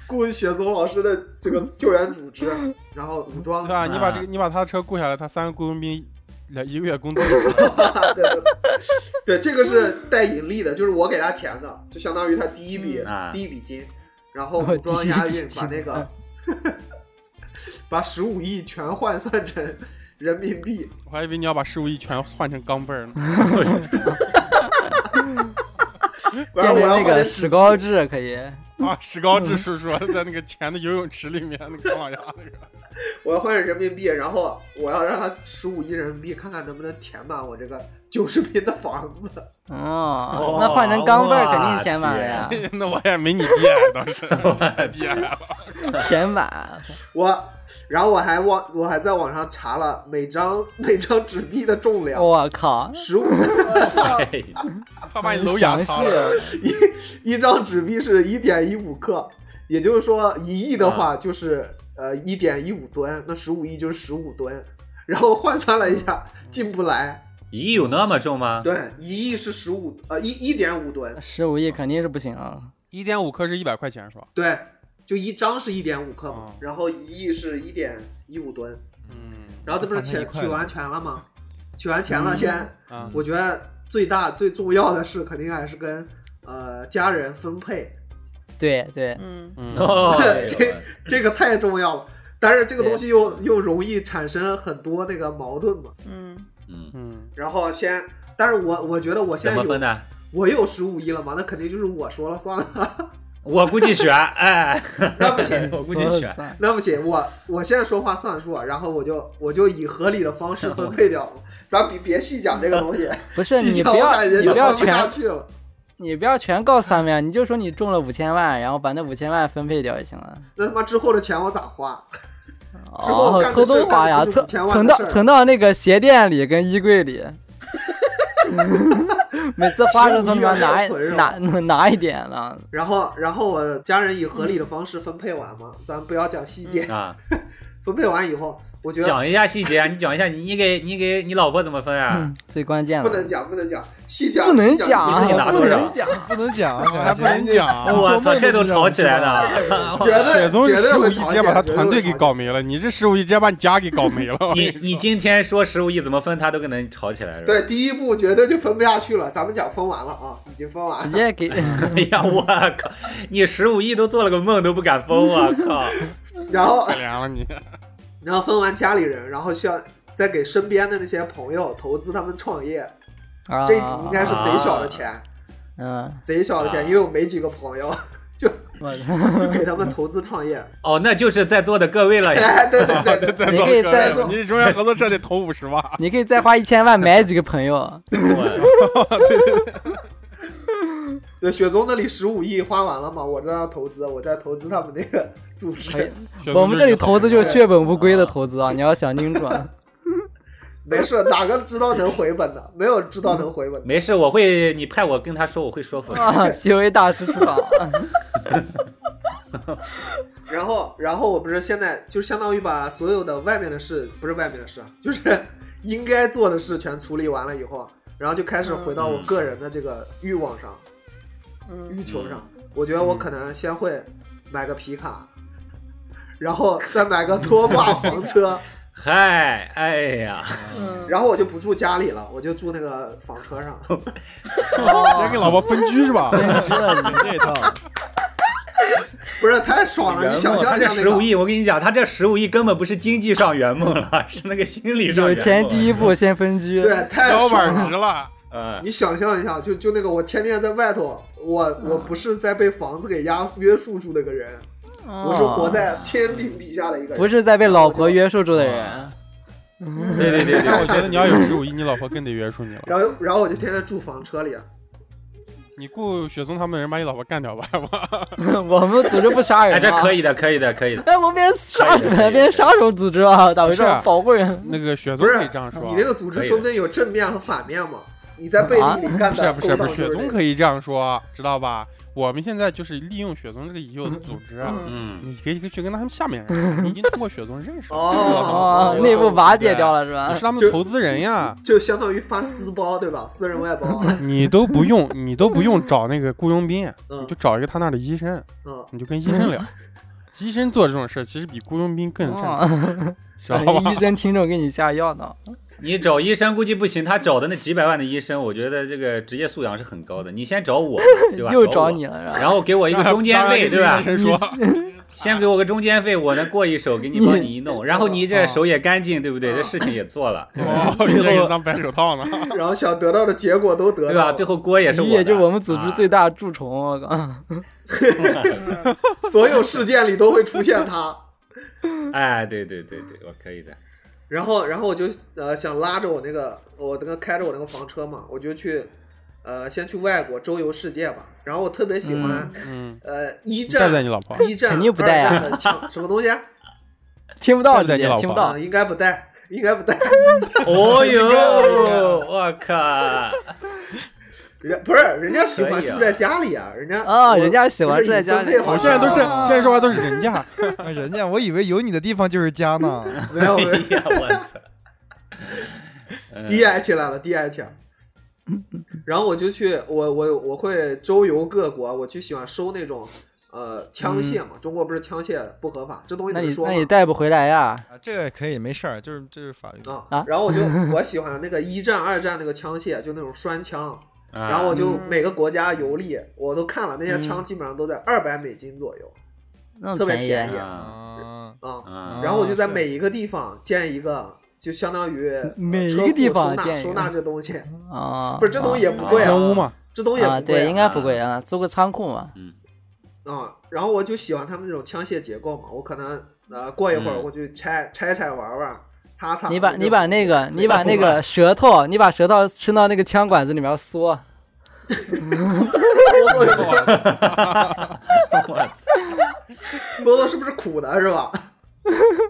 E: 雇雪松老师的这个救援组织，然后武装
A: 对啊，你把这个你把他的车雇下来，他三个雇佣兵两一个月 工资就出来了。
E: 他， 对对对，对这个是带引力的，就是我给他钱的，就相当于他第一笔、
D: 嗯啊
E: 第一笔金，然后武装押运把那
B: 啊
E: 个 把十五亿全换算成人民币，
A: 我还以为你要把十五亿全换成钢镚儿呢。
B: 变
E: 然后
B: 成
E: 我要
B: 那
E: 换
B: 个
E: 成
B: 史高治可以。
A: 啊，石膏志叔叔在那个钱的游泳池里面那个放牙那个。
E: 我要换成人民币，然后我要让他十五亿人民币，看看能不能填满我这个九十平的房子。
B: 哦，那换成钢镚儿肯定填满了呀，
A: 那我也没你爹矮倒是，太低矮了。
B: 填满。
E: 我，然后我还网，我还在网上查了每张每张纸币的重量，
B: 我靠，
E: 十五
D: 哎
A: 怕把你楼牙
B: 很
A: 塌
B: 详
A: 了。
B: 细，
E: 一张纸币是一点一五克，也就是说一亿的话就是、呃一点一五吨，那十五亿就是十五吨。然后换算了一下，进不来。
D: 咦，有那么重吗？
E: 对，一亿是十五呃一一点五吨，
B: 十五亿肯定是不行啊。
A: 一点五克是一百块钱是吧？
E: 对，就一张是一点五克嘛
A: 哦，
E: 然后一亿是一点一五吨，
A: 嗯，
E: 然后这不是取
F: 换成一块
E: 取完钱了吗？取完钱了
B: 嗯
E: 先，
A: 啊，
E: 我觉得最大最重要的是肯定还是跟呃家人分配，
B: 对对，
C: 嗯，
A: 嗯，
D: 哦，哎呦
E: 这这个太重要了。但是这个
B: 对
E: 东西又又容易产生很多那个矛盾嘛。
C: 嗯，
D: 嗯，
A: 嗯，
E: 然后先，但是我我觉得我现
D: 怎
E: 在
D: 么分
E: 有
D: 的？
E: 我有十五亿了嘛，那肯定就是我说了 算了，
D: 我估计选，哎，
E: 那 不
A: 嗯
E: 行。
D: 我估计
B: 所有
D: 选，
B: 算
E: 那不行，我我现在说话算数，啊然后我就我就以合理的方式分配掉， 咱别别细讲这个东西，
B: 不是
E: 细
B: 你
E: 讲
B: 不
E: 我
B: 要
E: 感觉
B: 你
E: 就
B: 不要
E: 分不
B: 全
E: 下去了。
B: 你不要全告诉他们呀，你就说你中了五千万，然后把那五千万分配掉就行了。
E: 那他妈之后的钱我咋花？之后
B: 哦
E: 干，的
B: 偷
E: 事
B: 偷
E: 干
B: 花
E: 的
B: 呀，
E: 不是
B: 存
E: 5000万
B: 存
E: 的
B: 到
E: 事儿
B: 存到那个鞋垫里跟衣柜 里。每次花的时候从里面拿
E: 15亿
B: 拿拿拿一点了，
E: 然后然后
B: 嗯
E: 我家人以合理的方式分配完嘛，咱不要讲细节，
D: 啊，
E: 分配完以后，我觉得
D: 讲一下细节啊，你讲一下，你你给你给你老婆怎么分啊？
B: 嗯，最关键
E: 不
B: 了，
E: 能讲，不能讲，细讲
B: 不能
E: 细讲，
B: 讲，啊
D: 不是你拿
B: 不
D: 多少
B: 能讲，
F: 不能讲 啊，
A: 还不能讲，
D: 我
F: 做
D: 操，
F: 梦
D: 这都
F: 都不知道
D: 吵起来了。
E: 绝 对
A: 雪宗
E: 绝对
A: 十五
E: 会
A: 亿
E: 吵
A: 直
E: 起
A: 接
E: 来
A: 把他
E: 绝对
A: 团
E: 会
A: 队给
E: 吵起来
A: 搞没了，你这十五亿直接把你家给搞没了。我跟
D: 你
A: 说
D: 你今天说十五亿怎么分，他都跟能吵起来是吧？
E: 对，第一步绝对就分不下去了。咱们讲分完了啊，已经分完
B: 直
E: 了。
B: 接 给
D: 哎呀，我靠！你十五亿都做了个梦都不敢封，我靠！
E: 然后
A: 可怜了你，
E: 然后分完家里人，然后像再给身边的那些朋友投资他们创业，
B: 啊，
E: 这笔应该是贼小的钱，
B: 嗯，
E: 贼小的钱，因为我没几个朋友，
B: 我
E: 就给他们投资创业。
D: 哦，那就是在座的各位了呀。
E: 哎，对对对对，
A: 再
B: 你
A: 造
B: 可以
A: 个
B: 再
A: 人
B: 做
A: 你中央合作社得投五十万。
B: 你可以再花一千万买几个朋友，
D: 我
E: 对雪宗那里十五亿花完了嘛，我这要投资，我再投资他们那个组
B: 可以
E: 织。
A: 雪
B: 我
A: 宗
B: 们
A: 就
B: 这
A: 是
B: 里
A: 一个好
B: 投资
A: 人
B: 就是血本无归的投资啊，你要想清 楚啊。
E: 没事，哪个知道能回本的？没有知道能回本的。
D: 没事，我会，你派我跟他说，我会说服他。
B: 啊，PUA 大师出场，
E: 然后，然后我不是现在就相当于把所有的外面的事，不是外面的事，啊，就是应该做的事全处理完了以后，然后就开始回到我个人的这个欲望上、
C: 嗯
E: 欲求上。我觉得我可能先会买个皮卡，然后再买个拖挂房车，
D: 嗨，哎呀，
C: 嗯，
E: 然后我就不住家里了，我就住那个房车上。
A: 直接给老婆分居是吧？
F: 知道你这 套，
E: 不是太爽了，你
D: 圆
E: 想
D: 梦，
E: 象
D: 哦他
E: 一
D: 这
E: 下那
D: 十五
E: 个。
D: 亿，我跟你讲，他这十五亿根本不是经济上圆梦了， 是那个心理上
B: 有
D: 圆梦。
B: 钱第一步先分居，
E: 对，太
A: 腰
E: 爽
A: 板
E: 了
A: 直。了，
D: 嗯，
E: 你想象一下，就就那个我天天在外头，我我不是在被房子给压约束住的一个人，
B: 哦
E: 我是活在天顶底下的一个人。
B: 不是在被老婆约束住的人，
D: 对对 对对，
A: 我觉得你要有十五亿，你老婆更得约束你了。
E: 然后然后我就天天住房车里，啊
A: 你雇雪松他们人把你老婆干掉吧，
E: 嗯
A: 好吧？
B: 我们组织不杀人
D: 哎，
B: 啊，
D: 这可以的，可以的，可以的。
B: 哎，我变成杀手，
D: 可以可以
B: 变成杀手组织了，咋回事
A: 不是？
B: 保护人，
A: 那个雪
E: 不
A: 松
E: 是
A: 可以这样说，啊
E: 你那个组织说不定有正面和反面嘛。你在背地里干
A: 不啊是
E: 的
A: 不
E: 勾
A: 是
E: 当
A: 不，
E: 就是是
A: 雪松
E: 这个
A: 可以这样说，啊知道吧？我们现在就是利用雪松这个已有的组织啊，
C: 嗯
D: 嗯，
A: 你可以去跟他们下面人，你已经通过雪松认识了，这个老
E: 哦
B: 哦
A: 板，
B: 内部瓦解掉
A: 了，
B: 了是
A: 你
B: 吧
A: 是？他们
E: 就
A: 投资人呀，
E: 就相当于发私包对 吧？私人外包，啊
A: 你都不用你都不用找那个雇佣兵，
E: 嗯
A: 你就找一个他那儿的医生，
E: 嗯，
A: 你就跟医生聊。医生做这种事其实比雇佣兵更擅长，
B: 哦，
A: 知 道吧
B: 人？医生听众给你下药呢，
D: 你找医生估计不行，他找的那几百万的医生，我觉得这个职业素养是很高的。你先找我，对啊 吧？
B: 又
D: 找
B: 找
D: 我
B: 你，了是吧？
D: 然后给我一 个中间费，对吧
A: 医？生说，
D: 先给我个中间费，我能过一手，给你帮你一弄，然后你这手也干净，对不对？这事情也做 了，对 吧？
A: 哦，医生给当白手套呢。
E: 然后想得到的结果都得
D: 对
E: 到
D: 吧？
E: 了，
B: 啊
D: 最后锅也是
B: 你
D: 我的，啊
B: 也就是我们组织最大的蛀虫，啊我靠！
E: 所有事件里都会出现他。
D: 啊哎，对对对对，我可以的。
E: 然后，然后我就呃想拉着我那个我那个开着我那个房车嘛，我就去呃先去外国周游世界吧。然后我特别喜欢、
A: 嗯，
E: 呃一
A: 带不带
E: 战
A: 你老婆？
E: 一战
B: 肯定不带啊
E: 二战的枪什么东西啊、
B: 听不
A: 对
B: 到
A: 不对
B: 直接
A: 你老婆
B: 听不到
E: 啊？，应该不带， 应该不带。
D: 哦呦，哎我靠！
E: 人不是人家喜欢
D: 可以啊
E: 住在家里啊，人家
B: 啊
E: 我
B: 人家喜欢
E: 不是
B: 住在
E: 已
B: 家
E: 分
B: 里
E: 配
B: 啊
E: 好
A: 我现在都是
E: 了
A: 现在说话都是人家，
F: 那人家我以为有你的地方就是家呢。
E: 吗没有没
D: 哎
E: 有
D: 呀，我操！
E: 低矮起来了，低矮起来。然后我就去，我我我会周游各国，我去喜欢收那种呃枪械嘛，中国不是枪械不合法，这东西
B: 嗯那
E: 能
B: 你
E: 说
B: 那
E: 吗？
B: 你带不回来呀？
F: 啊，这个可以，没事儿，就是这是法律。
E: 啊
B: 啊，
E: 然后我就我喜欢那个一战、二战那个枪械，就那种栓 枪，
B: 啊
D: 啊
E: 然后我就
C: 嗯
E: 每个国家游历，我都看了，那些
B: 嗯
E: 枪基本上都在二百美金左右
B: 那
E: 特
B: 么
E: 别
B: 便
E: 便
B: 宜
E: 宜
D: 啊
F: 啊，
E: 啊。
D: 啊，
E: 然后我就在
F: 是
E: 每一个地方建一个，就相当于呃
B: 每一
E: 车
B: 个
E: 库
B: 地方
E: 收纳
B: 建一
E: 收
B: 个
E: 纳这东西，
B: 啊！
E: 不是这东西也不贵
D: 啊
A: 扔屋嘛，
E: 这东西
B: 啊，
E: 也不
B: 对，应
E: 贵
B: 该不贵啊，租个仓库嘛。
E: 啊啊。然后我就喜欢他们那种枪械结构嘛，我可能呃过一会儿
D: 嗯
E: 我去拆拆拆玩玩，擦擦。
B: 你把
E: 我就
B: 你把那个你把那
D: 不
B: 个舌头，你把舌头伸到那个枪管子里面缩，
E: 梭梭有多
D: 我操！
E: 搜搜是不是苦的，是吧？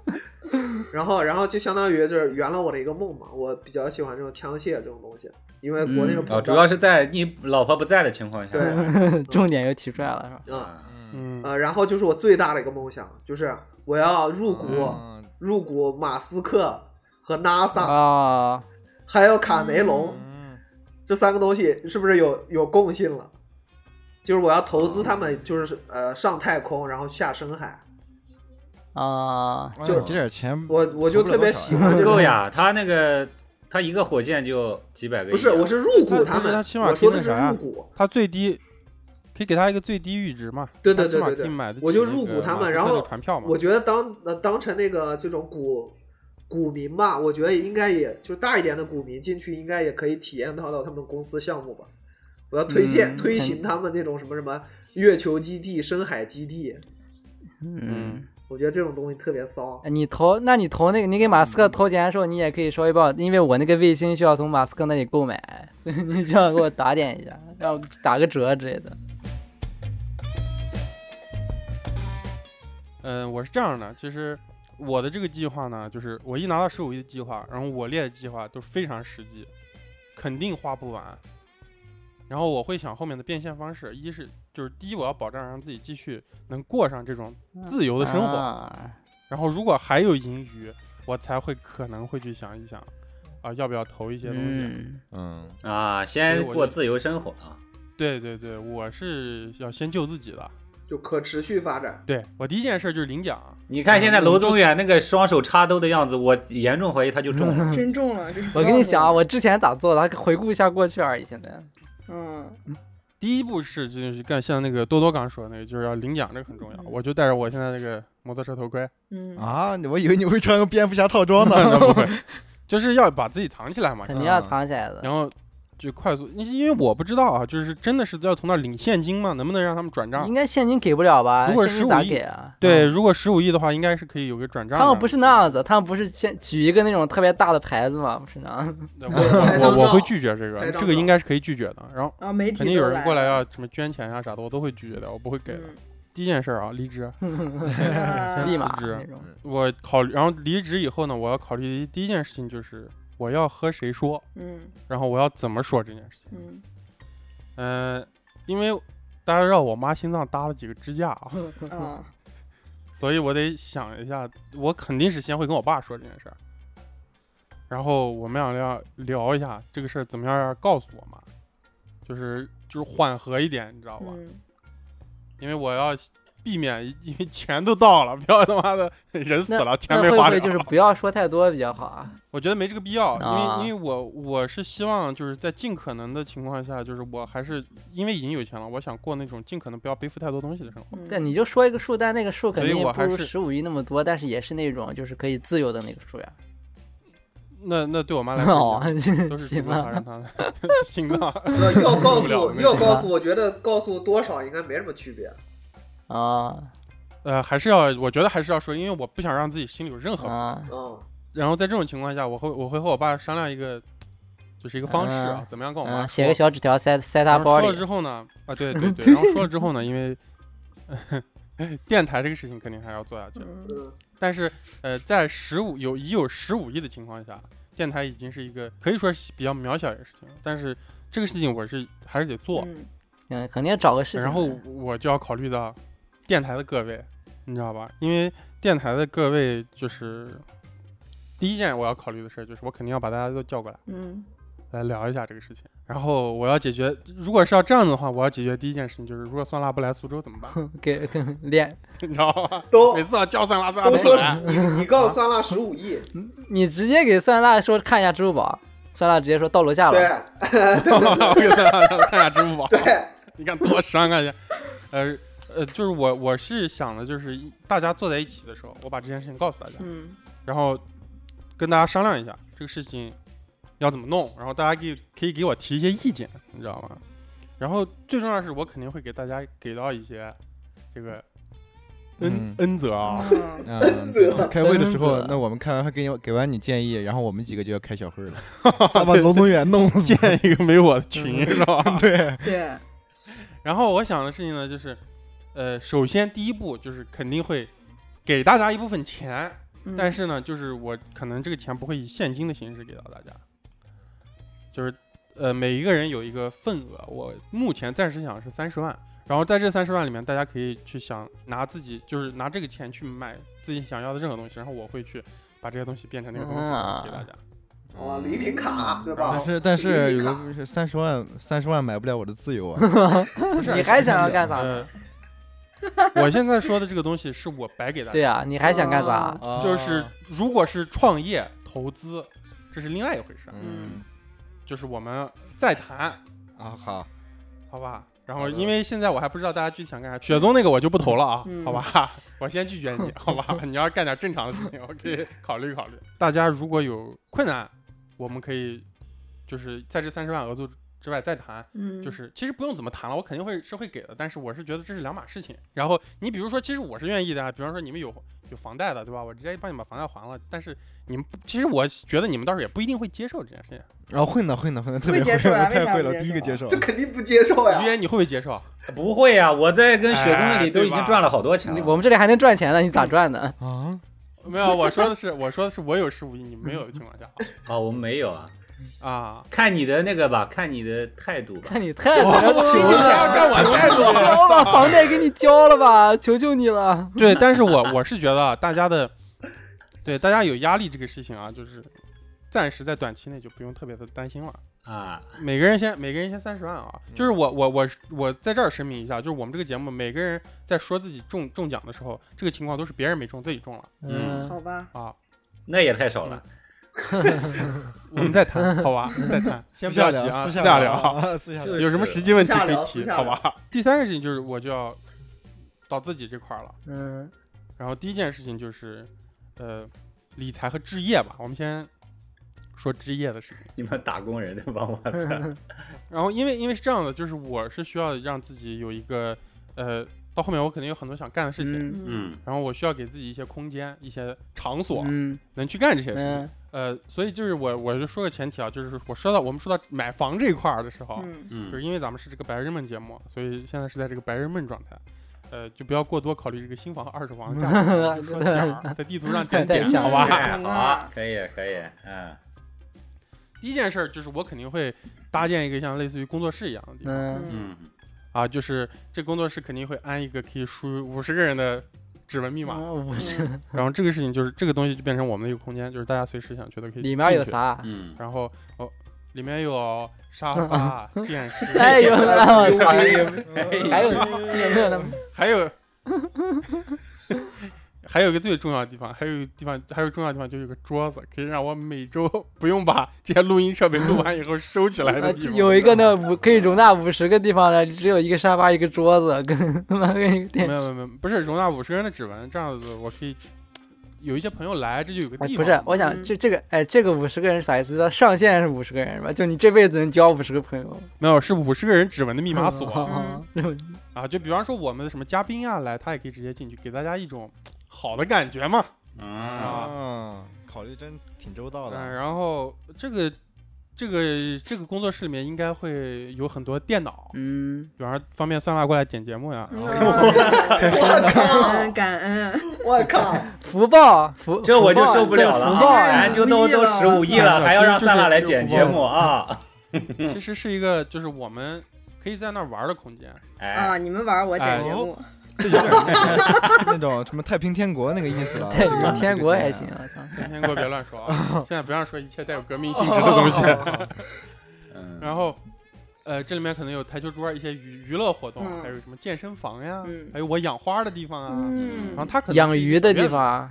E: 然后，然后就相当于就是圆了我的一个梦嘛。我比较喜欢这种枪械这种东西，因为国内的
B: 嗯
D: 啊，
E: 膨
D: 主
E: 胀，
D: 要是在你老婆不在的情况下。
E: 对
B: 重点又提出来了，是吧？
E: 嗯
D: 啊
F: 嗯，
A: 嗯，
E: 呃，然后就是我最大的一个梦想，就是我要入股
F: 嗯
E: 入股马斯克和 NASA，
B: 啊，
E: 还有卡梅隆
A: 嗯，
E: 这三个东西，是不是有有共性了？就是我要投资他们，就是呃上太空，然后下深海。
B: 啊，
F: 哎呦
E: 就
F: 这点钱，
E: 我我就特别喜欢这
D: 够
E: 个。
D: 呀，他那个他一个火箭就几百个亿啊，
E: 不是，我是入股
A: 他
E: 们
A: 他起，码
E: 我说的
A: 听
E: 是
A: 那啥
E: 入股。
A: 他最低可以给他一个最低阈值嘛？
E: 对对
A: 他起
E: 对
A: 码
E: 对
A: 可以
E: 对
A: 买得起
E: 我就
A: 那
E: 入
A: 个
E: 股他
A: 马
E: 们
A: 斯
E: 然
A: 克的
E: 后
A: 船票嘛。
E: 我觉得当呃当成那个这种股股民吧，我觉得应该也就是大一点的股民进去，应该也可以体验到到他们公司项目吧。我要推荐、
B: 嗯
E: 推行他们那种什么什么月球基地、深海基地，
B: 嗯，
E: 我觉得这种东西特别骚。
A: 嗯
B: 你投，那你投那个，你给马斯克投钱的时候，你也可以稍微帮我，因为我那个卫星需要从马斯克那里购买， 所以你需要给我打点一下， 让我打个折之类 的。
A: 嗯，我是这样的，其实我的这个计划呢，就是我一拿到十五亿的计划，然后我列的计划都非常实际，肯定花不完。然后我会想后面的变现方式，一是就是第一，我要保障让自己继续能过上这种自由的生活。
B: 嗯啊
A: 然后如果还有盈余，我才会可能会去想一想，啊，要不要投一些东西。
B: 嗯，
F: 嗯，
D: 啊，
A: 所
D: 先
A: 以我就
D: 过自由生活啊。
A: 对对对，我是要先救自己的。
E: 就可持续 发展，
A: 对我第一件事就是领奖，
D: 你看现在娄宗远那个双手插兜的样子，我严重怀疑他就中
A: 嗯
D: 了。
C: 真中了，这是
B: 嗯我跟你讲啊，我之前咋做的，回顾一下过去而已。现在，
C: 嗯，
A: 第一步是就是干像那个多多刚说的那个，就是要领奖，这个很
B: 嗯
A: 重要。我就戴着我现在这个摩托车头 盔，
C: 嗯
F: 啊，我以为你会穿个蝙蝠侠套装呢。
A: 那
B: 嗯
A: 不会，就是要把自己藏起来嘛。
B: 肯定要藏起来的。
A: 然后就快速，因因为我不知道啊，就是真的是要从那儿领现金吗？能不能让他们转账
B: 应？该现金给不了吧？
A: 如果
B: 现金
A: 15
B: 咋
A: 亿
B: 给啊？
A: 对，如果十五亿的话，应该是可以有个转账的。
B: 他们不是那样子，他们不是先举一个那种特别大的牌子嘛，不是那样子。
A: 对，我我我我会拒绝这
E: 拍
A: 个，
E: 张照
A: 这个应该是可以拒绝的。然后
C: 啊，媒体
A: 肯定有人
C: 都
A: 过来
C: 了
A: 要什么捐钱啊啥的，我都会拒绝的，我不会给的。
C: 嗯
A: 第一件事儿啊，离职。
C: 那
A: 先
B: 立马
A: 辞职
B: 那种。
A: 我考虑，然后离职以后呢，我要考虑第一件事情就是我要和谁说，
C: 嗯
A: 然后我要怎么说这件事情。
C: 嗯，
A: 嗯、因为大家知道我妈心脏搭了几个支架啊，
B: 嗯
C: 啊，
A: 所以我得想一下，我肯定是先会跟我爸说这件事儿，然后我们俩要聊一下这个事儿怎么样要告诉我妈，就是就是缓和一点，你知道吧？
C: 嗯，
A: 因为我要避免，因为钱都到了，不要他妈的人死了，钱
B: 那
A: 没
B: 会不
A: 花
B: 会
A: 了。
B: 就是不要说太多比较好啊？
A: 我觉得没这个必要，
B: 啊
A: 因为因为我我是希望就是在尽可能的情况下，就是我还是因为已经有钱了，我想过那种尽可能不要背负太多东西的生
C: 嗯
A: 活。
B: 对，你就说一个数，但那个数肯
A: 所以
B: 定
A: 我
B: 不
A: 还
B: 如
A: 是
B: 十五亿那么多，但是也是那种就是可以自由的那个数呀。
A: 那那对我妈来
B: 哦
A: 说，都 是
B: 行
A: 尽量
B: 吧，
A: 让她的 心脏。
E: 那要
A: 受
E: 告
A: 不了
E: 诉
A: 没啊
E: 要
A: 办
E: 告诉，我觉得告诉多少应该没什么区别。
B: 啊
A: 呃，还是要，我觉得还是要说，因为我不想让自己心里有任何。
B: 啊，
E: 嗯，
A: 然后在这种情况下，我会我会和我爸商量一个，就是一个方式啊
B: 啊，
A: 怎么样跟我妈说
B: 嗯，写个小纸条塞塞他
A: 然后
B: 包
A: 说
B: 里
A: 了之后呢，啊，对 对对，然后说了之后呢，因为 电台这个事情肯定还要做下去，
C: 嗯
E: 嗯
A: 但是呃，在十五有已有十五亿的情况下，电台已经是一个可以说是比较渺小一个事情了，但是这个事情我是还是得做，
C: 嗯
B: 嗯，肯定找个事情。
A: 然后我就要考虑到电台的各位，你知道吧？因为电台的各位就是第一件我要考虑的事儿，就是我肯定要把大家都叫过来。
C: 嗯
A: 来聊一下这个事情。然后我要解决，如果是要这样的话，我要解决第一件事情就是，如果酸辣不来苏州怎么办？
B: 给给练，
A: 你知道吗？
E: 都
A: 每次要叫酸辣，酸辣
E: 哦都
A: 不
E: 说
A: 来。啊
E: 是你你告诉酸辣十五亿，
B: 你直接给酸辣说看一下支付宝，酸辣直接说到楼下
E: 对
B: 吧。
A: 我给酸辣看一下支付宝，
E: 对，
A: 你看多伤感觉。呃呃，就是我我是想的，就是一大家坐在一起的时候，我把这件事情告诉大家，
C: 嗯
A: 然后跟大家商量一下这个事情要怎么弄，然后大家给可以给我提一些意见，你知道吗？然后最重要的是，我肯定会给大家给到一些这个恩
F: 嗯
A: 恩泽啊，
C: 嗯
F: 嗯，
E: 子
F: 对开会的时候
B: 嗯，
F: 那我们开完会给你给完你建议，然后我们几个就要开小 会了，再把楼宗远弄死。
A: 建一个没我的群是吧？
F: 嗯 对，
C: 对，
A: 然后我想的事情呢，就是，呃，首先第一步就是肯定会给大家一部分钱，
C: 嗯
A: 但是呢，就是我可能这个钱不会以现金的形式给到大家，就是呃每一个人有一个份额，我目前暂时想是三十万，然后在这三十万里面，大家可以去想拿自己就是拿这个钱去买自己想要的任何东西，然后我会去把这些东西变成那个东西
B: 啊
A: 给大家。
E: 啊，礼品卡对吧
A: 啊
F: 但？是但是
E: 礼品
F: 有个
E: 卡
F: 不是三十万三十万买不了我的自由啊！
A: 不是，
B: 你还想要干啥？
A: 呃，我现在说的这个东西是我白给大
B: 对哦
A: 家，
B: 啊，你还想干啥？
C: 啊
A: 就是如果是创业投资，这是另外一回事儿，
F: 嗯
A: 就是我们再谈，
F: 啊好，
A: 好吧？然
F: 好
A: 后，
F: 的
A: 因为现在我还不知道大家具体想干啥，雪宗那个我就不投了啊，
C: 嗯
A: 好吧， 我先拒绝你，好吧？你要干点正常的事情，我可以 考虑考虑。大家如果有困难，我们可以就是在这三十万额度之外再谈，
C: 嗯，
A: 就是其实不用怎么谈了，我肯定会是会给的，但是我是觉得这是两码事情。 然后你比如说，其实我是愿意的啊，比方说你们有有房贷的，对吧？我直接帮你把房贷还了，但是你们不其实我觉得你们倒是也不一定会接受这件事情。
F: 然后混哦呢混呢混呢，特别
C: 会接受
F: 混
C: 啊
F: 我
C: 为
F: 太
C: 啥
F: 会
C: 不
F: 了，
C: 接
F: 第一
C: 受
F: 个接受。
E: 这肯定不接受
A: 于
E: 呀！
A: 言，你会不会接受？
D: 不会啊，我在跟雪宗那里都
A: 哎
D: 已
A: 对吧
D: 经赚了好多钱
B: 你
D: 了。
B: 我们这里还能赚钱呢，你咋赚的？
F: 啊，
A: 没有，我说的是 我说的是我有十五亿，你没有的情况下
D: 啊，我们没有啊，
A: 啊，
D: 看你的那个吧，看你的态度吧。
B: 看你太
A: 我
B: 难
A: 你
B: 求
A: 还
B: 了，
A: 要干我态度？
B: 我把房贷给你交了吧，求求你了。
A: 对，但是我我是觉得啊大家的，对大家有压力这个事情啊，就是暂时在短期内就不用特别的担心了。
D: 啊，
A: 每个人先每个人先三十万啊！就是我我我我在这儿声明一下，就是我们这个节目每个人在说自己中中奖的时候，这个情况都是别人没中，自己中了
D: 嗯
B: 嗯，
C: 好吧，
A: 啊。
D: 那也太少了。
A: 我们再谈，好吧？再谈，先
F: 私
A: 不要
F: 下
A: 急
F: 聊
A: 啊，
F: 私
A: 下
F: 下
A: 聊啊。
F: 啊，私下
D: 就
F: 聊。
D: 是
A: 有什么实际问题可以
E: 私
A: 提，
E: 下
A: 好
E: 聊
A: 吧？第三个事情就是我就要到自己这块儿了。
B: 嗯，
A: 然后第一件事情就是，呃，理财和置业吧。我们先说置业的事情。
D: 你们打工人对吧？我操，
A: 然后因为因为是这样的，就是我是需要让自己有一个呃，到后面我肯定有很多想干的事情，
B: 嗯
D: 嗯，
A: 然后我需要给自己一些空间、一些场所，
B: 嗯
A: 能去干这些事情。
B: 嗯
A: 呃，所以就是我我就说个前提啊，就是我说到我们说到买房这一块儿的时候，
C: 嗯
A: 就
D: 嗯
A: 是因为咱们是这个白日梦节目，所以现在是在这个白日梦状态。呃，就不要过多考虑这个新房和二手房的价格，就说点 儿，啊在地图上点点
B: 太，详
A: 好
B: 细
A: 吧？
D: 哎
C: 行
D: 好
C: 啊
D: 啊，可以可以，嗯
A: 第一件事儿就是我肯定会搭建一个像类似于工作室一样的地方、
B: 嗯
D: 嗯，
A: 啊，就是这工作室肯定会安一个可以输五十个人的指纹密码，
B: 嗯，我这
C: 嗯
A: 然后这个事情就是这个东西就变成我们的一个空间，就是大家随时想去的可以。
B: 里面有？ 啥？啊
D: 嗯，
A: 然后哦，里面有沙 发、电视，
B: 哎呦，我操！
D: 哎
B: 还有有没有那么？
A: 还有 还有一个最重要的地方，还有一个地方还有重要的地方就是有个桌子，可以让我每周不用把这些录音设备录完以后收起来的
B: 呃
A: 地方。
B: 有一个那五可以容纳五十个地方的，只有一个沙发，一个桌子，跟他妈跟一个
A: 没
B: 电
A: 有
B: 视。
A: 没有没有，不是容纳五十个人的指纹，这样子我可以有一些朋友来，这就有个
B: 哎
A: 地方。
B: 不是，我
C: 嗯
B: 想就这个，哎，这个五十个人是啥意思？它上限是五十个人是吧？就你这辈子能交五十个朋友？
A: 没有是五十个人指纹的密码 锁
B: 啊，
A: 啊，就比方说我们的什么嘉宾啊来，他也可以直接进去，给大家一种好的感觉嘛。
D: 啊，
F: 啊，考虑真挺周到
A: 嗯，
F: 的。
A: 然后这个这个这个工作室里面应该会有很多电脑，
B: 嗯，
A: 比方说方便算法过来剪节目呀、
C: 嗯，感恩，
E: 我靠，
B: 福报福，
D: 这我就
B: 福报
D: 受不了了
B: 这福报
D: 啊！
B: 啊
D: 咱就都都十五亿了，还要让萨拉来剪节目啊！
A: 其实是一个就是我们可以在那儿玩的空间。
D: 哎，
C: 啊！你们玩儿我
A: 哎
C: 剪节目，
F: 这有点那那种什么太平天国那个意思 了。
B: 对
F: 这个
B: 天国还行，。啊我操！
A: 天哥别乱说 啊，现在不要说一切带有革命性质的东西。
D: 嗯
A: 然后，呃，这里面可能有台球桌、一些娱娱乐活动啊，
C: 嗯
A: 还有什么健身房呀，
C: 嗯
A: 还有我养花的地方啊。
C: 嗯
A: 然后它可能
B: 养
A: 是一个
B: 鱼的
A: 小
B: 地
A: 院子，
B: 方，
D: 啊，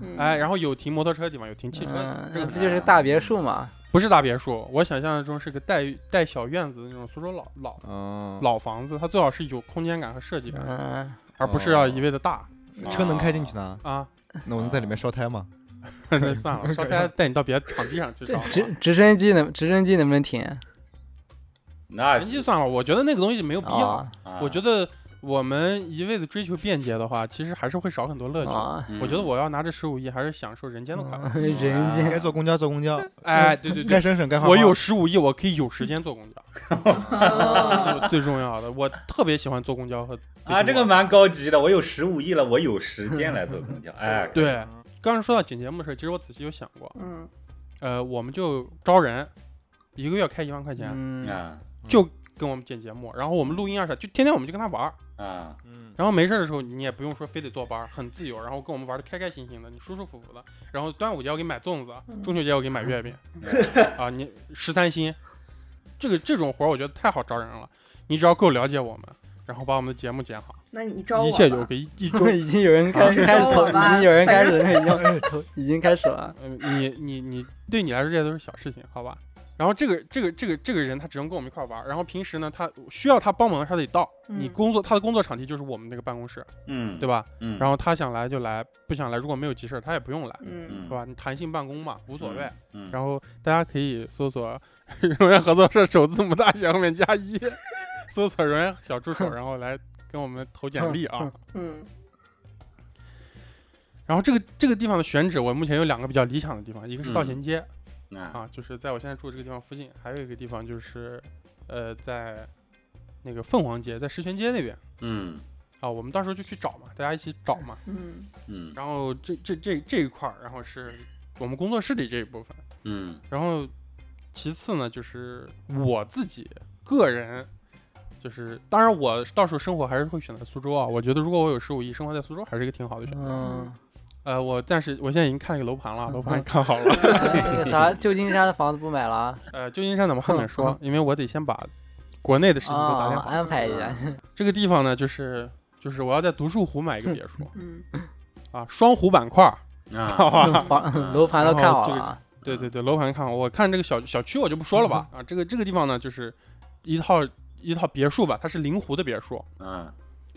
C: 嗯
A: 哎，然后有停摩托车的地方，有停汽车的地
B: 嗯
A: 方，，这
B: 那
A: 个
B: 不就是大别墅嘛？
A: 不是大别墅，我想象中是个带带小院子的那种苏州老老
F: 嗯，
A: 老房子，它最好是有空间感和设计感，
B: 嗯，
A: 而不是要一味的大
F: 车能开进去呢，
A: 啊。
F: 那我能在里面烧胎吗？
A: 那算 了，烧胎带你到别的场地上去烧好
B: 直
A: 吧。
B: 直升机能直升机能不能停？
D: 那
A: 人气算了，我觉得那个东西没有必要。
B: 啊
A: 我觉得我们一味的追求便捷的话，其实还是会少很多乐趣。
B: 啊，
D: 嗯
A: 我觉得我要拿着十五亿，还是享受人间的快乐。
B: 嗯 人
D: 嗯
F: 该
B: 间
F: 坐公交坐 公交，
A: 哎，对对对
F: 该，省省该花花。
A: 我有十五亿，我可以有时间坐公交，
C: 哦
A: 这是我最重要的。我特别喜欢坐公交和自
D: 啊，
A: 行
D: 这个
A: 车
D: 蛮高级的，我有十五亿了，我有时间来坐公交。哎，
A: 对。刚才说到剪节目的事，其实我仔细有想过，
C: 嗯
A: 呃，我们就招人，一个月开一万块钱，
B: 嗯
D: 啊，
A: 就跟我们剪节目，然后我们录音啊啥，就天天我们就跟他玩儿。
D: 啊，
F: 嗯，
A: 然后没事儿的时候，你也不用说非得坐班儿，很自由，然后跟我们玩的开开心心的，你舒舒服服的。然后端午节我给你买粽子，
C: 嗯
A: 中秋节我给你买月饼，啊，你十三薪，这个这种活儿我觉得太好招人了。你只要够了解我们，然后把我们的节目剪好，
C: 那你招我
A: 一切就
C: 吧
A: OK 一。一周，
B: 已经有人开始
C: 啊
B: 开始投，已
C: 你找我吧
B: 经有人开始已经投，已经开始 了。
A: 呃你你你对你来说这些都是小事情，好吧？然后这个这个这个这个人他只能跟我们一块儿玩儿，然后平时呢，他需要他帮忙，他得到。你
C: 嗯
A: 工作他的工作场地就是我们那个办公室，
D: 嗯，
A: 对吧？
D: 嗯，
A: 然后他想来就来，不想来如果没有急事儿他也不用来。
C: 嗯，
D: 嗯
A: 是吧？你弹性办公嘛，无所谓。
D: 嗯，
A: 然后大家可以搜索 荣源合作社首字母大写后面加一， 搜索荣源小助手，然后来跟我们投简历啊。
C: 嗯
A: 然后这个这个地方的选址，我目前有两个比较理想的地方，一个是道贤街、
D: 嗯啊
A: 啊，就是在我现在住这个地方附近，还有一个地方就是呃在那个凤凰街，在石泉街那边
D: 嗯
A: 啊，我们到时候就去找嘛，大家一起找嘛。
C: 嗯
D: 嗯
A: 然后这这这这一块儿，然后是我们工作室里这一部分。
D: 嗯
A: 然后其次呢，就是我自己个人，就是当然我到时候生活还是会选择苏州啊。我觉得如果我有十五亿，生活在苏州还是一个挺好的选择。
B: 嗯，
A: 呃，我暂时我现在已经看了一个楼盘了，楼盘看好了。
B: 那个啥，旧金山的房子不买了 啊
A: 呃，旧金山咱们后面说，因为我得先把国内的事情都打点嗯
B: 啊，
A: 好。
B: 安排一下。
A: 这个地方呢，就是就是我要在独墅湖买一个别墅
C: 嗯
A: 啊，双湖板块儿， 好
D: 啊，
A: 吧？
B: 房 楼盘都看好了啊。
A: 对对对，楼盘看好，我看这个小小区我就不说了
B: 嗯
A: 吧。啊，这个这个地方呢，就是一套一套别墅吧，它是临湖的别墅，
D: 嗯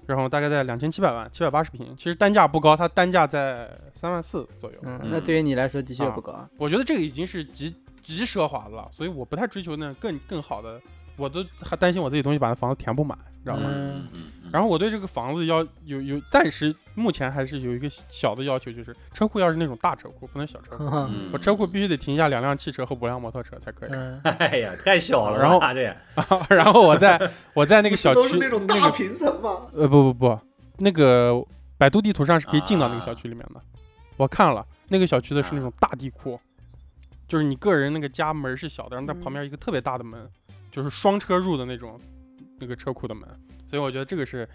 A: 然后大概在两千七百万，七百八十平，其实单价不高，它单价在三万四左右。
B: 嗯，那对于你来说的确不啊高。
A: 我觉得这个已经是极极奢华的了，所以我不太追求那种更更好的，我都还担心我自己东西把那房子填不满，你知道吗？
D: 嗯嗯，
A: 然后我对这个房子要有有暂时目前还是有一个小的要求，就是车库要是那种大车库，不能小车库。
B: 嗯
A: 我车库必须得停下两辆汽车和五辆摩托车才可以。
B: 嗯
D: 哎呀，太小了，这也，
A: 然后我在我在那个小
E: 都是
A: 区
E: 那种
A: 那
E: 大
A: 个
E: 平层嘛，
A: 呃不不不，那个百度地图上是可以进到那
E: 啊
A: 个小区里面的。我看了那个小区的是那种大地库，就是你个人那个家门是小的，然后它
C: 嗯
A: 旁边一个特别大的门，就是双车入的那种那个车库的门。所以我觉得这个是，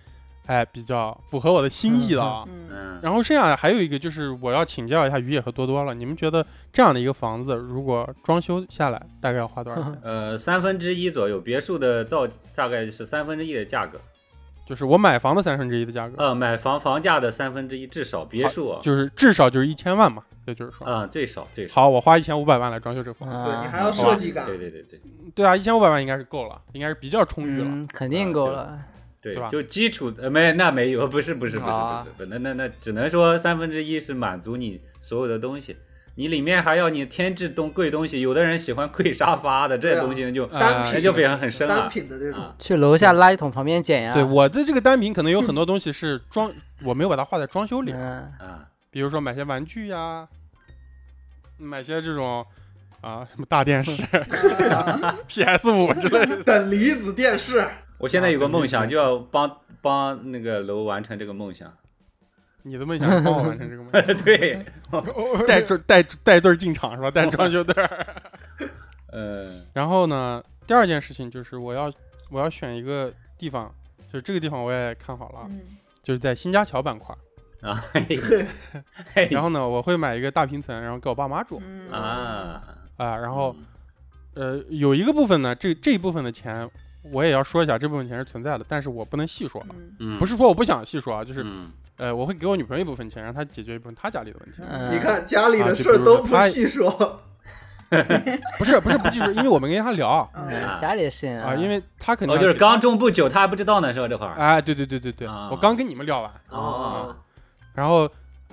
A: 哎，比较符合我的心意的啊。
C: 嗯
D: 嗯，
A: 然后剩下的还有一个就是我要请教一下于野和多多了，你们觉得这样的一个房子如果装修下来大概要花多少 钱？
D: 呃，三分之一左右，别墅的造大概是三分之一的价格，
A: 就是我买房的三分之一的价格，
D: 呃，买房房价的三分之一至少，别墅啊，
A: 就是至少就是一千万嘛，也就是说，
D: 嗯，最少最少，
A: 好，我花一千五百万来装修这房子。
E: 对你
B: 啊
E: 还要设计感
D: 对，对对对
A: 对啊，一千五百万应该是够了，应该是比较充裕了。
B: 嗯，肯定够了。
D: 对，就基础呃没那没有，不是不是不是
A: 啊
D: 不是，不那那那只能说三分之一是满足你所有的东西。你里面还要你添置东贵东西，有的人喜欢 贵沙发的这
E: 对啊
D: 东西，那就
E: 单
A: 啊
D: 那
E: 品
D: 就非常很深
E: 单
D: 了。
E: 品的这种
D: 啊，
B: 去楼下垃圾桶旁边捡
A: 嗯
B: 呀。
A: 对我的这个单品，可能有很多东西是装，我没有把它画在装修里，
B: 嗯，
D: 啊，
A: 比如说买些玩具呀、买些这种啊什么大 电视、PS 五之类的。
E: 等离子电视，
D: 我现在有个梦
A: 啊
D: 想，就要帮帮那个楼完成这个梦想。
A: 你的梦想是帮我完成这个 梦想，
D: 对，
A: 带队带带队儿进场是吧？带装修队儿。
D: 嗯
A: 然后呢，第二件事情就是我要我要选一个地方，就是这个地方我也看好了啊，
C: 嗯
A: 就是在新家桥板块。
D: 啊，嘿嘿
A: 然后呢，我会买一个大平层，然后给我爸妈住
C: 嗯
D: 哎啊，
A: 啊、然后呃，有一个部分呢，这这一部分的钱我也要说一下，这部分钱是存在的，但是我不能细说了。
C: 嗯
D: 嗯
A: 不是说我不想细说啊，就是、
D: 嗯
A: 呃，我会给我女朋友一部分钱，让她解决一部分她家里的问题。
B: 嗯
E: 你看家里
A: 啊
E: 的事儿都不细说，
A: 不是不是不记住，因为我们跟她聊啊、
C: 嗯
B: 嗯家里的事情
A: 因为她肯定
D: 哦，
A: 要
D: 就是
A: 解
D: 刚种不久，他还不知道呢，是吧？这会儿
A: 哎，对对对对对，
D: 啊
A: 我刚跟你们聊完，啊
E: 哦，
A: 然后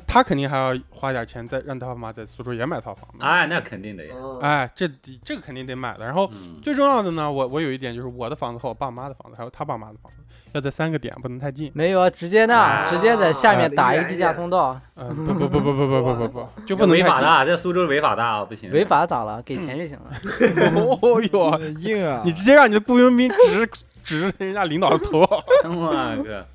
A: 她肯定还要花点钱再让她爸妈在苏州也买套房子。
D: 哎，那肯定的呀。
E: 哦，
A: 哎，这这个肯定得买的。然后
D: 嗯
A: 最重要的呢，我我有一点就是我的房子和我爸妈的房子，还有他爸妈的房子，要在三个点，不能太近。
B: 没有啊，直接那
D: 啊
B: 直接在下面打一
E: 离远
B: 地
E: 一
B: 下
E: 点
B: 通道，
A: 嗯，不不不不不不 不不不，就不能
D: 违
A: 太
D: 法
A: 近
D: 的。啊，在苏州违法的啊，不行，
B: 违法咋了？给钱就行 了。
A: 哦哟，
F: 嗯硬啊！
A: 你直接让你的雇佣兵指指人家领导的头。
D: 我
A: 嗯
D: 哥，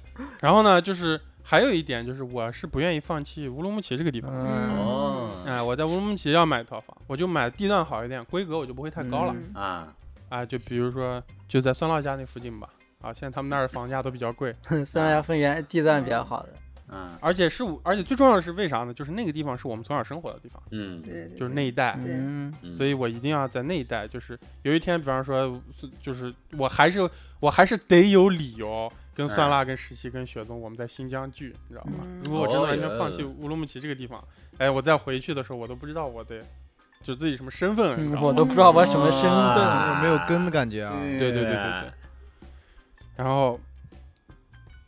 A: 然后呢，就是还有一点就是，我是不愿意放弃乌鲁木齐这个地方。
B: 嗯，
D: 哦
A: 哎，我在乌鲁木齐要买一套房，我就买地段好一点，规格我就不会太高了。
C: 嗯
D: 啊，
A: 啊，就比如说就在酸辣家那附近吧，啊，现在他们那儿房价都比较贵，
B: 酸辣家分园地段比较好的，
D: 嗯
A: 而且是我，而且最重要的是为啥呢？就是那个地方是我们从小生活的地方，
D: 嗯
C: 对对对，
A: 就是那一
F: 哎
A: 带，
C: 对
B: 嗯，
D: 嗯
A: 所以我一定要在那一带，就是有一天，比方说，就是我还是我还是得有理由
D: 哎
A: 跟酸辣、跟石溪、跟雪宗，我们在新疆聚，你知道吗？
C: 嗯
A: 如果我真的完
D: 哦
A: 全
D: 哟
A: 放弃乌鲁木齐这个地方，哎，我再回去的时候，我都不知道我得就自己什么身份了，你知
B: 嗯
A: 道
B: 我
A: 吗？
B: 都不知道我什么身份。
D: 哇
F: 没有根的感觉啊。
D: 嗯
A: 对对对对对。然后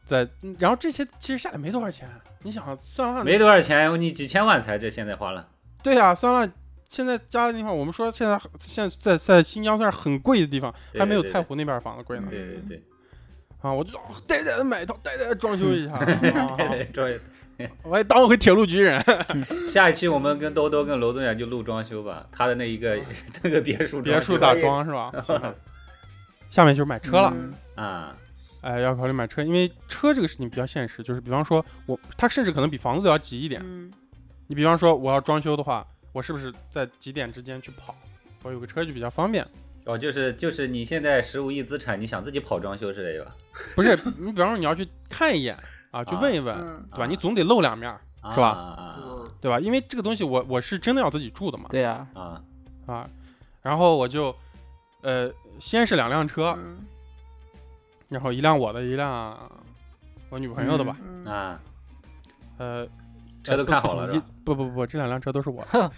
A: 在，然后这些其实下来没多少钱，你想啊酸辣
D: 没多少钱，你几千万才这现在花了，
A: 对啊，酸辣现在家的地方，我们说现在现在在在新疆算是很贵的地方，
D: 对
A: 还没有
D: 对
A: 太湖那边房子贵呢。
D: 对对对
A: 啊，我就哦呆呆的买一套，呆呆的装修一下，啊
D: 对对，
A: 我还当我回铁路局人，
D: 下一期我们跟兜兜跟娄宗远就录装修吧，他的那一个 那个别墅装修，
A: 啊别墅咋装是吧？行吧下面就是买车了，
C: 嗯
D: 啊？
A: 哎，要考虑买车，因为车这个事情比较现实，就是比方说我，它甚至可能比房子要急一点。
C: 嗯
A: 你比方说我要装修的话，我是不是在几点之间去跑？我有个车就比较方便。
D: 哦，就是就是你现在十五亿资产，你想自己跑装修之类的吧？
A: 不是，你比方说你要去看一眼啊，去
D: 啊
A: 问一问，
C: 嗯
A: 对吧？
D: 啊
A: 你总得露两面儿，
D: 啊
A: 是吧
D: 啊
E: 嗯，
A: 对吧？因为这个东西我我是真的要自己住的嘛，
B: 对呀，
D: 啊啊！
A: 啊，然后我就，呃，先是两辆车，
C: 嗯
A: 然后一辆我的，一辆我女朋友的吧，
C: 嗯
D: 啊，
A: 呃，
D: 嗯车都看好了
A: 不
D: 是
A: 不
D: 吧？
A: 不不不，这两辆车都是我的，，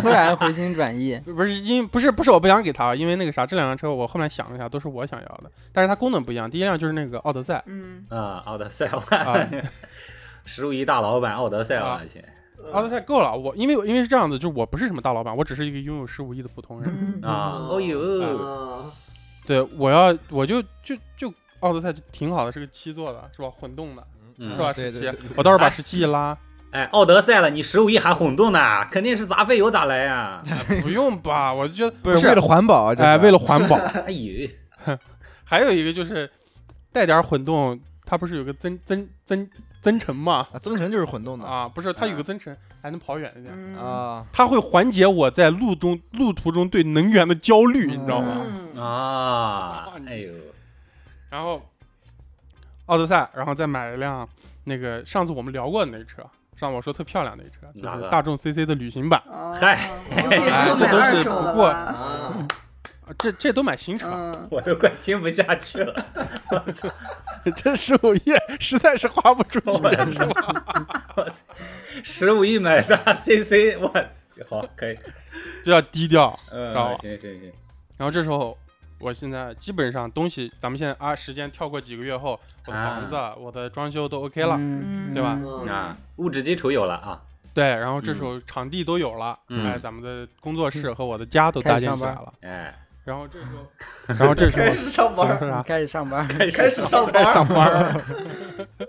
B: 突然回心转意
A: 不是因不是不是我不想给她，因为那个啥，这两辆车我后面想了一下，都是我想要的，但是它功能不一样，第一辆就是那个奥德赛，
C: 嗯
D: 啊，奥德赛
A: 啊
D: 万， 十五亿大老板奥德赛
A: 啊
D: 万先
A: 奥德
E: 哦
A: 赛够了，我因为因为是这样的，就是我不是什么大老板，我只是一个拥有十五亿的普通人，
C: 嗯
D: 啊，哦
A: 嗯
D: 呦，
E: 啊，
A: 对，我要我就就就奥德赛就挺好的，是个七座的，是吧？混动的，
D: 嗯
A: 是吧？
F: 对
A: 十
F: 对
A: 七
F: 对对，
A: 我到时候把十七一拉，
D: 哎，奥德赛了，你十五亿还混动呢，肯定是杂费油咋来呀？
A: 不用吧？我就觉得
F: 不是为了环保啊，这
A: 哎，
F: 是
A: 为了环保。
D: 哎呦，
A: 还有一个就是带点儿混动，它不是有个增增增增程嘛？
F: 啊，增程就是混动的
A: 啊，不是，它有个
D: 嗯
A: 增程还能跑远一点，
C: 嗯
F: 啊。
A: 它会缓解我在路中路途中对能源的焦虑，你知道吗？
C: 嗯
D: 啊，哎呦，
A: 然后奥德赛，然后再买一辆那个上次我们聊过的那车，上次我说特漂亮那车，就
D: 哪
A: 是
D: 个
A: 大众 CC 的旅行版，
C: 哦
D: 嗨
C: 就可以
A: 哎
C: 不
A: 这
C: 买
A: 都是
C: 二手的
A: 不过
C: 吧
E: 啊，
A: 啊这这都买新车，
C: 嗯
D: 我都快听不下去了，
A: 这十五亿实在是花不出
D: 哦
A: 去，是吧？
D: 十五亿买 大 CC，我好可以，
A: 就要低调。
D: 嗯
A: 知道，吧
D: 行行行，
A: 然后这时候，我现在基本上东西，咱们现在啊，时间跳过几个月后，我的房子、我的装修都 OK 了，
B: 嗯
A: 对吧
E: 嗯
D: 啊，物质基础有了啊，
A: 对，然后这时候场地都有了，
D: 嗯
A: 哎，咱们的工作室和我的家都搭建起来了，
D: 哎，
A: 然后这时候，然后这时
E: 开
A: 候
E: 始上班
A: 是
E: 儿，
A: 啥？
B: 开始上班，
D: 开始
E: 开始上班儿，
A: 上班儿。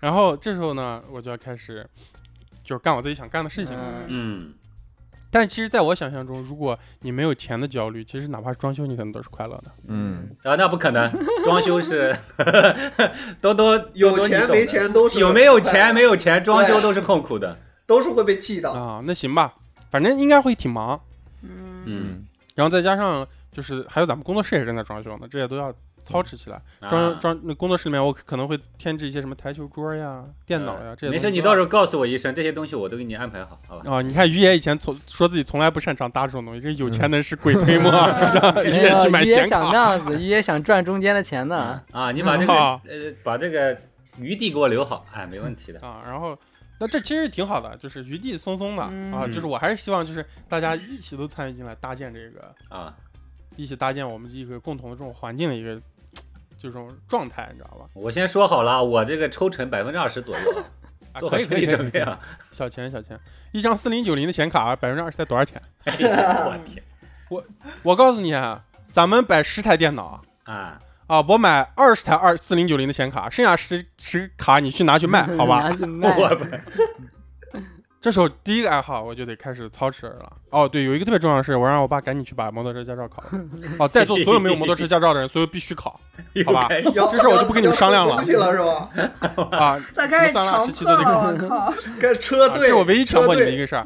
A: 然后这时候呢，我就要开始就是干我自己想干的事情了。
B: 嗯
D: 嗯，
A: 但其实，在我想象中，如果你没有钱的焦虑，其实哪怕是装修，你可能都是快乐的。
F: 嗯，
D: 啊，那不可能，装修是多多
E: 有钱没，钱
D: 多
E: 都
D: 多你懂的
E: 是
D: 有没有钱没
E: 有
D: 有钱，装修都是痛苦的。
E: 都是会被气到，
A: 啊，那行吧，反正应该会挺忙。
C: 嗯
D: 嗯，
A: 然后再加上就是还有咱们工作室也正在装修呢，这些都要操持起来。装
D: 嗯啊
A: 装那工作室里面，我可可能会添置一些什么台球桌呀、电脑呀这些东西都要。
D: 嗯没事，你到时候告诉我一声，这些东西我都给你安排好，好吧？
A: 啊，你看于爷以前从说自己从来不擅长搭这种东西，这有钱能使鬼推磨，啊 让于
B: 没
A: 爷去
B: 有，
A: 买
B: 鱼也
A: 显
B: 哎想
A: 卡。
B: 那 样子，鱼也想赚中间的钱呢。
D: 啊，你把这个
A: 啊
D: 呃把这个余地给我留好，哎，没问题的。
A: 啊，然后那这其实挺好的，就是余地松松的、
C: 嗯
A: 啊，就是我还是希望就是大家一起都参与进来搭建这个，
D: 啊，
A: 一起搭建我们一个共同的这种环境的一个这种状态，你知道吧？
D: 我先说好了，我这个抽成百分之二十左右啊，
A: 啊，
D: 做
A: 可
D: 好
A: 以可
D: 心
A: 以
D: 理
A: 可以
D: 准
A: 可
D: 备
A: 以，
D: 啊。
A: 小钱小钱，一张四零九零的显卡百分之二十才多少钱？
D: 哎 呦我天
A: 我告诉你啊，咱们摆十台电脑
D: 啊！
A: 啊，我买二十台二四零九零的显卡，剩下十十卡你去拿去卖，嗯好 吧？
B: 拿去卖
D: 我
A: 这时候第一个爱好我就得开始操持了。哦，对，有一个特别重要的事，我让我爸赶紧去把摩托车驾照考了。哦，在座所有没有摩托车驾照的人，所有必须考好
D: 又
A: 吧
D: 开始
E: 要
A: 这事儿我就不跟你们商量了
E: 要出东西了是吧？
A: 啊！
C: 再开始
A: 什么三
C: 强
A: 辆十七
C: 迫
A: 都得考。
C: 了，我靠！
E: 跟车
A: 啊这
E: 队，
A: 是我唯一强迫你
E: 车
A: 的
E: 队
A: 一个事儿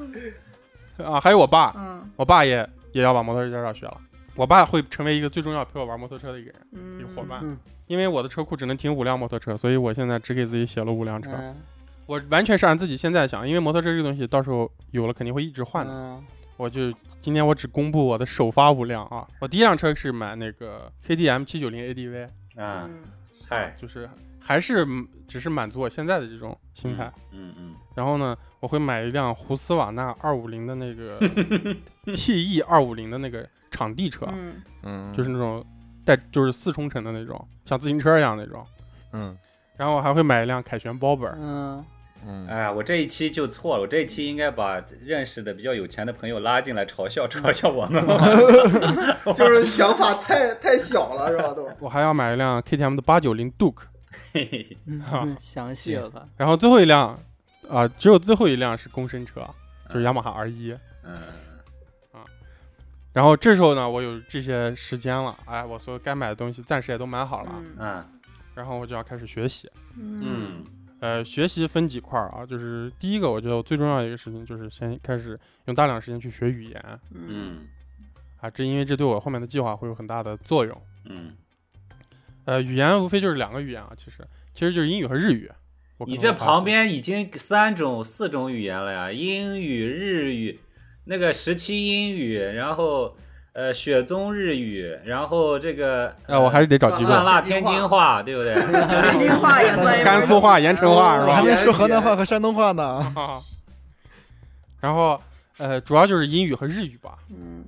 A: 啊！还有我爸，
C: 嗯
A: 我爸也也要把摩托车驾照学了。我爸会成为一个最重要陪我玩摩托车的一个人，一个伙伴。
B: 嗯
A: 因为我的车库只能停五辆摩托车，所以我现在只给自己写了五辆车。
B: 嗯
A: 我完全是按自己现在想，因为摩托车这个东西到时候有了肯定会一直换的。
B: 嗯
A: 我就今天我只公布我的首发五辆啊，我第一辆车是买那个 KTM 790 ADV，
D: 啊，
C: 嗯
D: 嗨，
A: 就是还是嗯只是满足我现在的这种心态。
D: 嗯嗯
A: 然后呢，我会买一辆胡斯瓦纳二五零的那 个 TE 二五零的那个场地车，
C: 嗯
F: 嗯，
A: 就是那种带就是四冲程的那种，像自行车一样那种。
F: 嗯
A: 然后我还会买一辆凯旋包本儿，
B: 嗯，
F: 嗯，
D: 哎，我这一期就错了，我这一期应该把认识的比较有钱的朋友拉进来嘲笑嘲笑我 们。
E: 就是想法太太小了，是吧？都
A: 我还要买一辆 KTM 的八九零 Duke，
D: 嘿嘿嘿
B: 嗯
A: 好
B: 嗯详细了吧？
A: 然后最后一辆啊、只有最后一辆是公升车，就是雅马哈 R 一。
D: 嗯，
A: 然后这时候呢，我有这些时间了，哎，我所有该买的东西暂时也都买好了，啊
D: 嗯
A: 然后我就要开始学习。
C: 嗯
D: 嗯
A: 呃，学习分几块儿啊，就是第一个，我觉得我最重要的一个事情就是先开始用大量时间去学语言
C: 嗯
D: 嗯
A: 啊，这因为这对我后面的计划会有很大的作用。
D: 嗯，
A: 呃，语言无非就是两个语言啊，其实其实就是英语和日语。我可
D: 你
A: 能
D: 这
A: 会发
D: 旁
A: 现
D: 边已经三种四种语言了呀，英语、日语，那个十七英语，然后呃雪宗日语，然后这个
A: 啊，我还是得找机
E: 算
A: 会
D: 算
E: 了。
D: 辣天津话，对不对？
C: 南京话也 算一门
A: 甘肃话、盐城话是
F: 我
A: 吧
F: 还？没说河南话和山东话呢。
A: 啊， 然后呃，主要就是英语和日语吧。
C: 嗯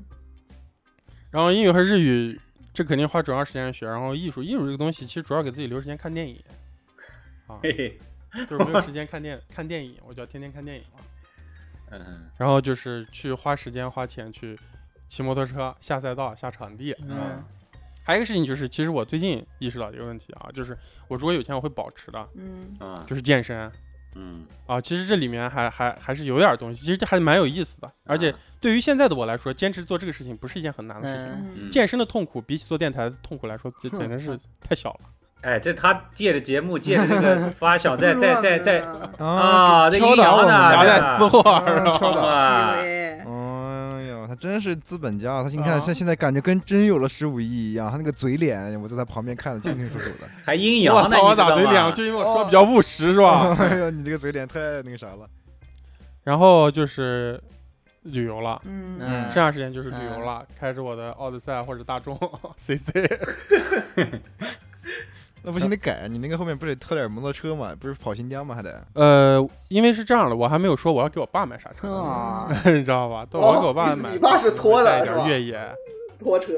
A: 然后英语和日语，这肯定花主要时间学。然后艺术，艺术这个东西其实主要给自己留时间看电影， 啊
D: 嘿嘿
A: 就是没有时间看电看电影，我就要天天看电影了。
D: 嗯
A: 然后就是去花时间花钱去骑摩托车、下赛道、下场地。
B: 嗯
A: 还有一个事情就是，其实我最近意识到一个问题啊，就是我如果有钱，我会保持的，
C: 嗯
D: 啊
A: 就是健身。
D: 嗯
A: 啊，其实这里面还还还是有点东西，其实这还蛮有意思的。而
E: 啊
A: 且对于现在的我来说，坚持做这个事情不是一件很难的事
E: 哎
A: 情。
B: 嗯，
C: 嗯
D: 嗯，
A: 健身的痛苦比起做电台的痛苦来说，这简直是太小了。
D: 哎，这他借着节目，借着这 个发小，在在在在啊
F: 啊，
D: 这
F: 敲
D: 阴阳
F: 打
D: 的
F: 我们
A: 夹
D: 夹
F: 家
D: 带
A: 带私货是
F: 啊
E: 嗯
A: 吧？
F: 敲打。
D: 哇，
C: 嗯
F: 哎呦，他真是资本家！他你
A: 啊
F: 看，像现在感觉跟真有了十五亿一样，他那个嘴脸，我在他旁边看得清清楚楚 的。
D: 还阴阳呢，
A: 我操！我咋嘴
D: 你知道吗
A: 脸？就因为我说比较务实是
E: 嗯
A: 吧？
F: 哎呦，你这个嘴脸太那个啥了。
A: 然后就是旅游了。
C: 嗯
B: 嗯
A: 剩下时间就是旅
E: 嗯
A: 游了，开着我的奥德赛或者大 众 CC，
F: 那不行，得改，你那个后面不得特点摩托车嘛，不是跑新疆嘛，还得。
A: 呃，因为是这样的，我还没有说我要给我爸买啥车，
B: 啊，
A: 你知道吧？但我给我
E: 嗯哦
A: 爸
E: 你
A: 买，
E: 你爸是拖的
A: 带一
E: 是
A: 点
E: 吧
A: 越野，
E: 拖车，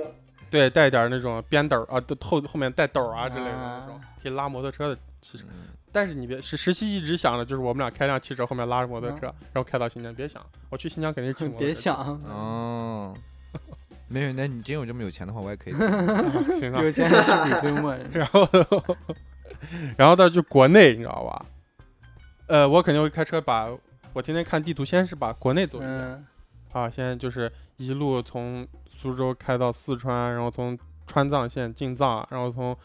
A: 对，带一点那种边斗儿啊，都后后面带斗儿啊之类的
B: 啊
A: 那种，可以拉摩托车的汽车。
F: 嗯
A: 但是你别，是实习一直想着就是我们俩开辆汽车，后面拉着摩托车，然后开到新疆。别想，我去新疆肯定是骑摩托车。
B: 嗯别想，
F: 哦，没有，那你真有这么有钱的话，我也 可 以。
A: 啊，行啊。
B: 有钱人是你追梦。
A: 然后，然后到就国内，你知道吧？呃，我肯定会开车把，我天天看地图，先是把国内走一遍、
B: 嗯
A: 啊，现在就是一路从苏州开到四川，然后从川藏线进藏，然后从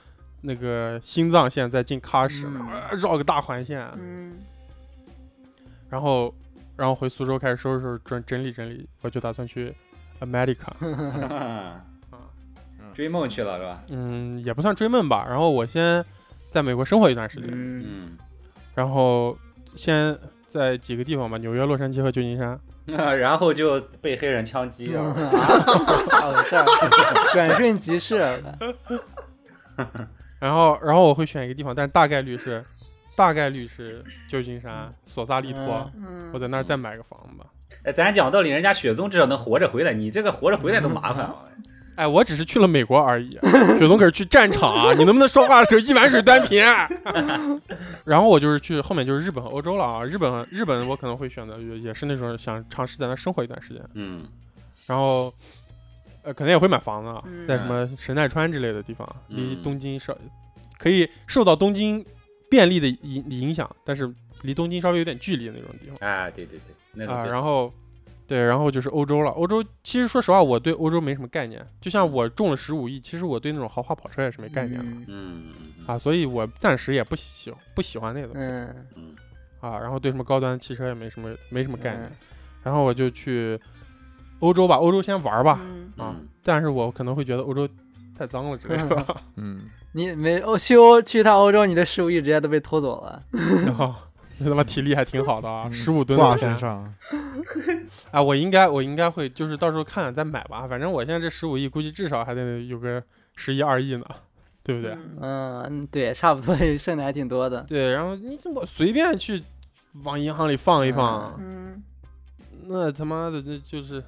A: 那个新藏线再进喀什，
B: 嗯
A: 啊绕个大环线，
C: 嗯
A: 然后然后回苏州开始收拾收拾，整整理整理，我就打算去 America，
D: 啊追梦去了是吧？
A: 嗯，也不算追梦吧。然后我先在美国生活一段时间，
B: 嗯，
D: 嗯，
A: 然后先在几个地方吧，纽约、洛杉矶和旧金山。
D: 然后就被黑人枪击啊了。
B: 好
D: 啊
B: 事儿，嗯 转瞬即逝啊了。
A: 然后，然后我会选一个地方，但大概率是，大概率是旧金山、索萨利托，
D: 啊
C: 嗯
A: 我在那儿再买个房吧。
D: 哎，咱讲道理，人家雪宗至少能活着回来，你这个活着回来都麻烦啊了。
A: 哎，我只是去了美国而已，啊雪松可是去战场啊！你能不能说话的时候一碗水端平？ 然后我就是去后面就是日本和欧洲了啊，日本日本我可能会选择也也是那种想尝试在那儿生活一段时间，
D: 嗯
A: 然后呃可能也会买房子啊，
C: 嗯
A: 在什么神奈川之类的地方，啊
D: 嗯
A: 离东京稍可以受到东京便利的影影响，但是离东京稍微有点距离的那种地方。
D: 哎，对对对，那
A: 啊，
D: 个
A: 然后对，然后就是欧洲了。欧洲其实说实话，我对欧洲没什么概念。就像我中了十五亿，其实我对那种豪华跑车也是没概念的、
B: 嗯
D: 嗯
A: 啊，所以我暂时也不喜不喜欢那个、
B: 嗯
D: 嗯
A: 啊。然后对什么高端汽车也没什么没什么概念。
B: 嗯
A: 然后我就去欧洲吧，欧洲先玩儿吧。
C: 嗯
A: 啊
D: 嗯，
A: 但是我可能会觉得欧洲太脏了之类的。
F: 嗯，
B: 你没欧去欧去一趟欧洲，你的十五亿直接都被偷走了。
A: 然后那他妈体力还挺好的啊，
F: 嗯
A: 十五吨
F: 挂
A: 的
F: 身
A: 钱。
F: 上，
A: 哎，我应该我应该会，就是到时候看看再买吧。反正我现在这十五亿，估计至少还得有个十亿二亿呢，对不对？
C: 嗯
B: 嗯，对，差不多剩的还挺多的。
A: 对，然后你这么随便去往银行里放一放，
C: 嗯，
A: 那他妈的那就是，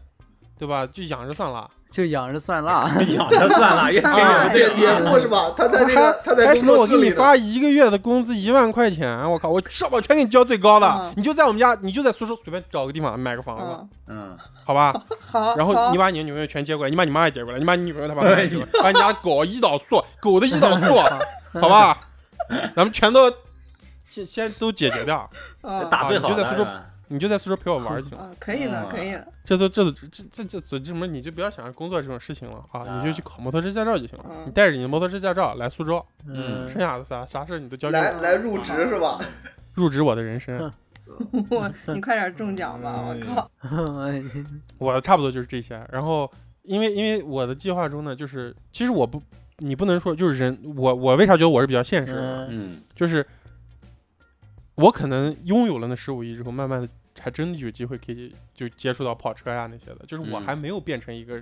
A: 对吧？就养着算了。
B: 就养着算 辣，
D: 养着哎算了，也挺
A: 啊
D: 有
E: 这
D: 劲。
E: 个节目是吧？他在那
A: 还
E: 个他在
A: 还
E: 工
A: 说我
E: 作
A: 给
E: 室
A: 你
E: 里的
A: 发一个月的工资一万块钱，我靠，我社保全给你交最高的，
C: 嗯
A: 你就在我们家，你就在苏州随便找个地方买个房子，
C: 嗯，
D: 嗯，
A: 好吧？
C: 好，
A: 然后
C: 好
A: 你把你的女朋友全接过来，你把你妈也接过来，你把你女朋友她爸爸也接过来，把你家狗胰岛素，狗的胰岛素，好吧？ 咱们全都先先都解决掉，
C: 嗯
D: 打最好
A: 啊你就
D: 的
A: 在
D: 是
A: 苏州
D: 吧
A: 你就在苏州陪我玩就行了。
C: 嗯，可以的，可以的，
A: 这都这都这这这这什么？你就不要想着工作这种事情了啊，你就去考摩托车驾照就行了。
C: 嗯
A: 你带着你的摩托车驾照来苏州，
D: 嗯
A: 剩下的啥啥事儿你都交给
E: 来
A: 我，
E: 来入职是吧？
A: 入职我的人生。
C: 我你快点中奖吧，我
F: 嗯
C: 靠，
B: 嗯
A: 我差不多就是这些。然后，因为因为我的计划中呢，就是其实我不，你不能说就是人，我我为啥觉得我是比较现实的呢？
B: 嗯，
D: 嗯
A: 就是我可能拥有了那十五亿之后，慢慢的还真的有机会可以就接触到跑车啊呀、那些的。就是我
D: 嗯
A: 还没有变成一个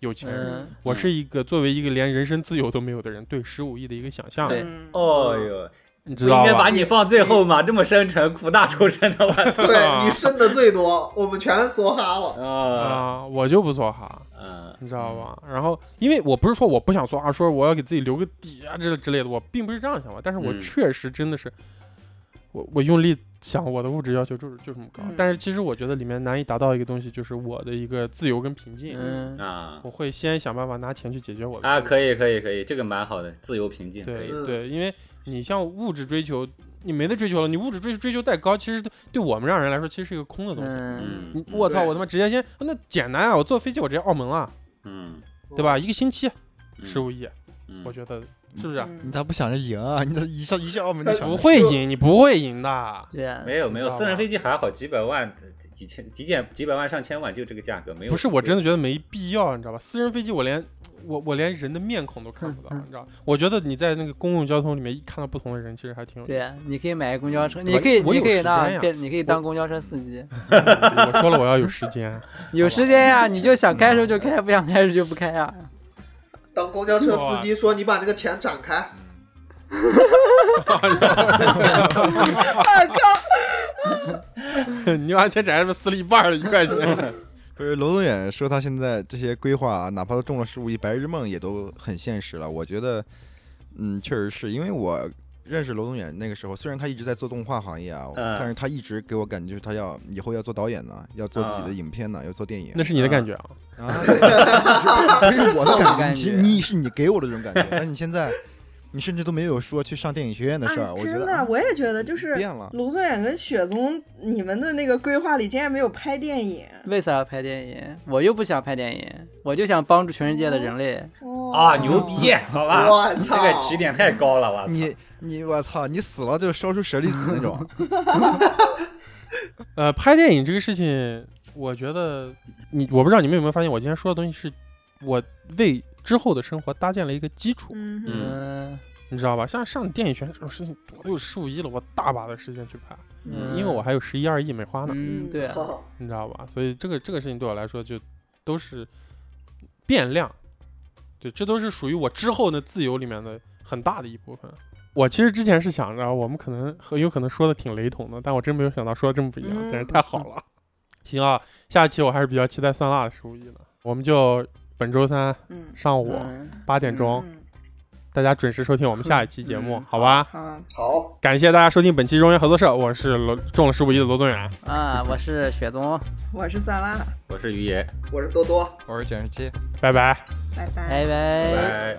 A: 有钱人，
B: 嗯
A: 我是一个作为一个连人身自由都没有的人，对十五亿的一个想象，
B: 对
C: 嗯，
D: 哦哟，
A: 你知
D: 不
A: 道
D: 应该 把
A: 吧？
D: 你放最后嘛，这么深沉苦大仇深的，我
A: 啊
D: 操！
E: 对 你剩的最多，我们全梭哈了。
D: 啊
A: 啊，我就不说哈。
D: 嗯
A: 你知道吧？然后，因为我不是说我不想说啊，说我要给自己留个底啊，之类之类的，我并不是这样想法。但是我
D: 嗯
A: 确实真的是，我我用力想，我的物质要求就是就这么高。
C: 嗯
A: 但是其实我觉得里面难以达到一个东西，就是我的一个自由跟平静。
B: 嗯，
D: 啊
A: 我会先想办法拿钱去解决我的
D: 啊，
A: 东西
D: 可以可以可以，这个蛮好的，自由平静可
A: 对
D: 以的。
E: 嗯
A: 对，因为你像物质追求，你没得追求了，你物质追追求再高，其实对我们让人来说，其实是一个空的东西。
B: 嗯，
D: 嗯
A: 你我操，
E: 对
A: 我他妈直接先那简单啊！我坐飞机我直接澳门了，
D: 嗯，
A: 对吧？一个星期
D: 嗯
A: 十五亿，
D: 嗯
A: 我觉得是不是？
F: 你
C: 嗯
F: 咋不想着赢啊？你咋一下一下澳门嗯就
E: 他
F: 想
A: 不
F: 着
A: 会赢，你不会赢的。
B: 对，啊
D: 没有没有，
A: 你知道吗
D: 私人飞机还好，几百万、几千、几千、几百万、上千万，就这个价格，没有。
A: 不是，我真的觉得没必要，你知道吧？私人飞机我连我我连人的面孔都看不到，你知道吧？我觉得你在那个公共交通里面一看到不同的人，其实还挺有意
B: 对啊
A: 思。，
B: 你可以买个公交车，
A: 对
B: 你可以，
A: 我
B: 你
A: 有
B: 可以
A: 时间呀
B: 当，变你可以
A: 我
B: 当公交车司机。
A: 我说了我要有时 间，
B: 有时间呀，你就想开时候就开，不想开时候就不开呀。
E: 当公交车司机说你把那个钱展开，
A: 你把钱展示撕了一半儿了，一块钱。
F: 不是楼总远说他现在这些规划啊，哪怕他中了十五亿白日梦，也都很现实了。我觉得，嗯，确实是因为我认识楼总远那个时候，虽然他一直在做动画行业啊，
D: 嗯
F: 但是他一直给我感觉就是他要以后要做导演呢，要做自己
D: 啊
F: 的影片呢，要做电影。
A: 那是你的感觉啊？
F: 啊，对这是我的感
B: 感
F: 觉，其实
B: 觉
F: 你是你给我的这种感觉，但是你现在，你甚至都没有说去上电影学院的事儿，
C: 啊
F: 我觉
C: 真
F: 得
C: 的，
F: 啊
C: 我也觉得，就是
F: 变了
C: 卢宗远跟雪宗，你们的那个规划里竟然没有拍电影，
B: 为啥要拍电影？我又不想拍电影，我就想帮助全世界的人类。
C: 哦
D: 啊，牛逼，好吧，
E: 我
D: 这
E: 操！
D: 个起点太高了，我操！
F: 你你我操，你死了就烧出舍利子那种，
A: 呃，拍电影这个事情，我觉得你，我不知道你们有没有发现，我今天说的东西是我为之后的生活搭建了一个基础，
C: 嗯哼，
B: 嗯
A: 你知道吧？像上电影学院这种事情，我都有十五亿了，我大把的时间去拍，
B: 嗯，
A: 因为我还有十一二亿没花呢。
B: 嗯，对啊，
E: 好
A: 你知道吧？所以这个这个事情对我来说就都是变量，对，这都是属于我之后的自由里面的很大的一部分。我其实之前是想着我们可能很有可能说的挺雷同的，但我真没有想到说的这么不一样，
C: 嗯
A: 真是太好了。 行啊，下一期我还是比较期待酸辣的十五亿的，我们就本周三
C: 嗯，
A: 上午
B: 嗯
A: 八点钟，
C: 嗯
A: 大家准时收听我们下一期节目，
B: 嗯
A: 好吧？
C: 好，
E: 好，
A: 感谢大家收听本期中原合作社，我是罗中了十五亿的罗宗远，
B: 啊，我是雪宗，
C: 我是酸辣，
D: 我是于爷，
E: 我是多多。
F: 我是蒋十七。
A: 拜拜。
C: 拜
B: 拜
D: 拜
B: 拜。
D: 拜。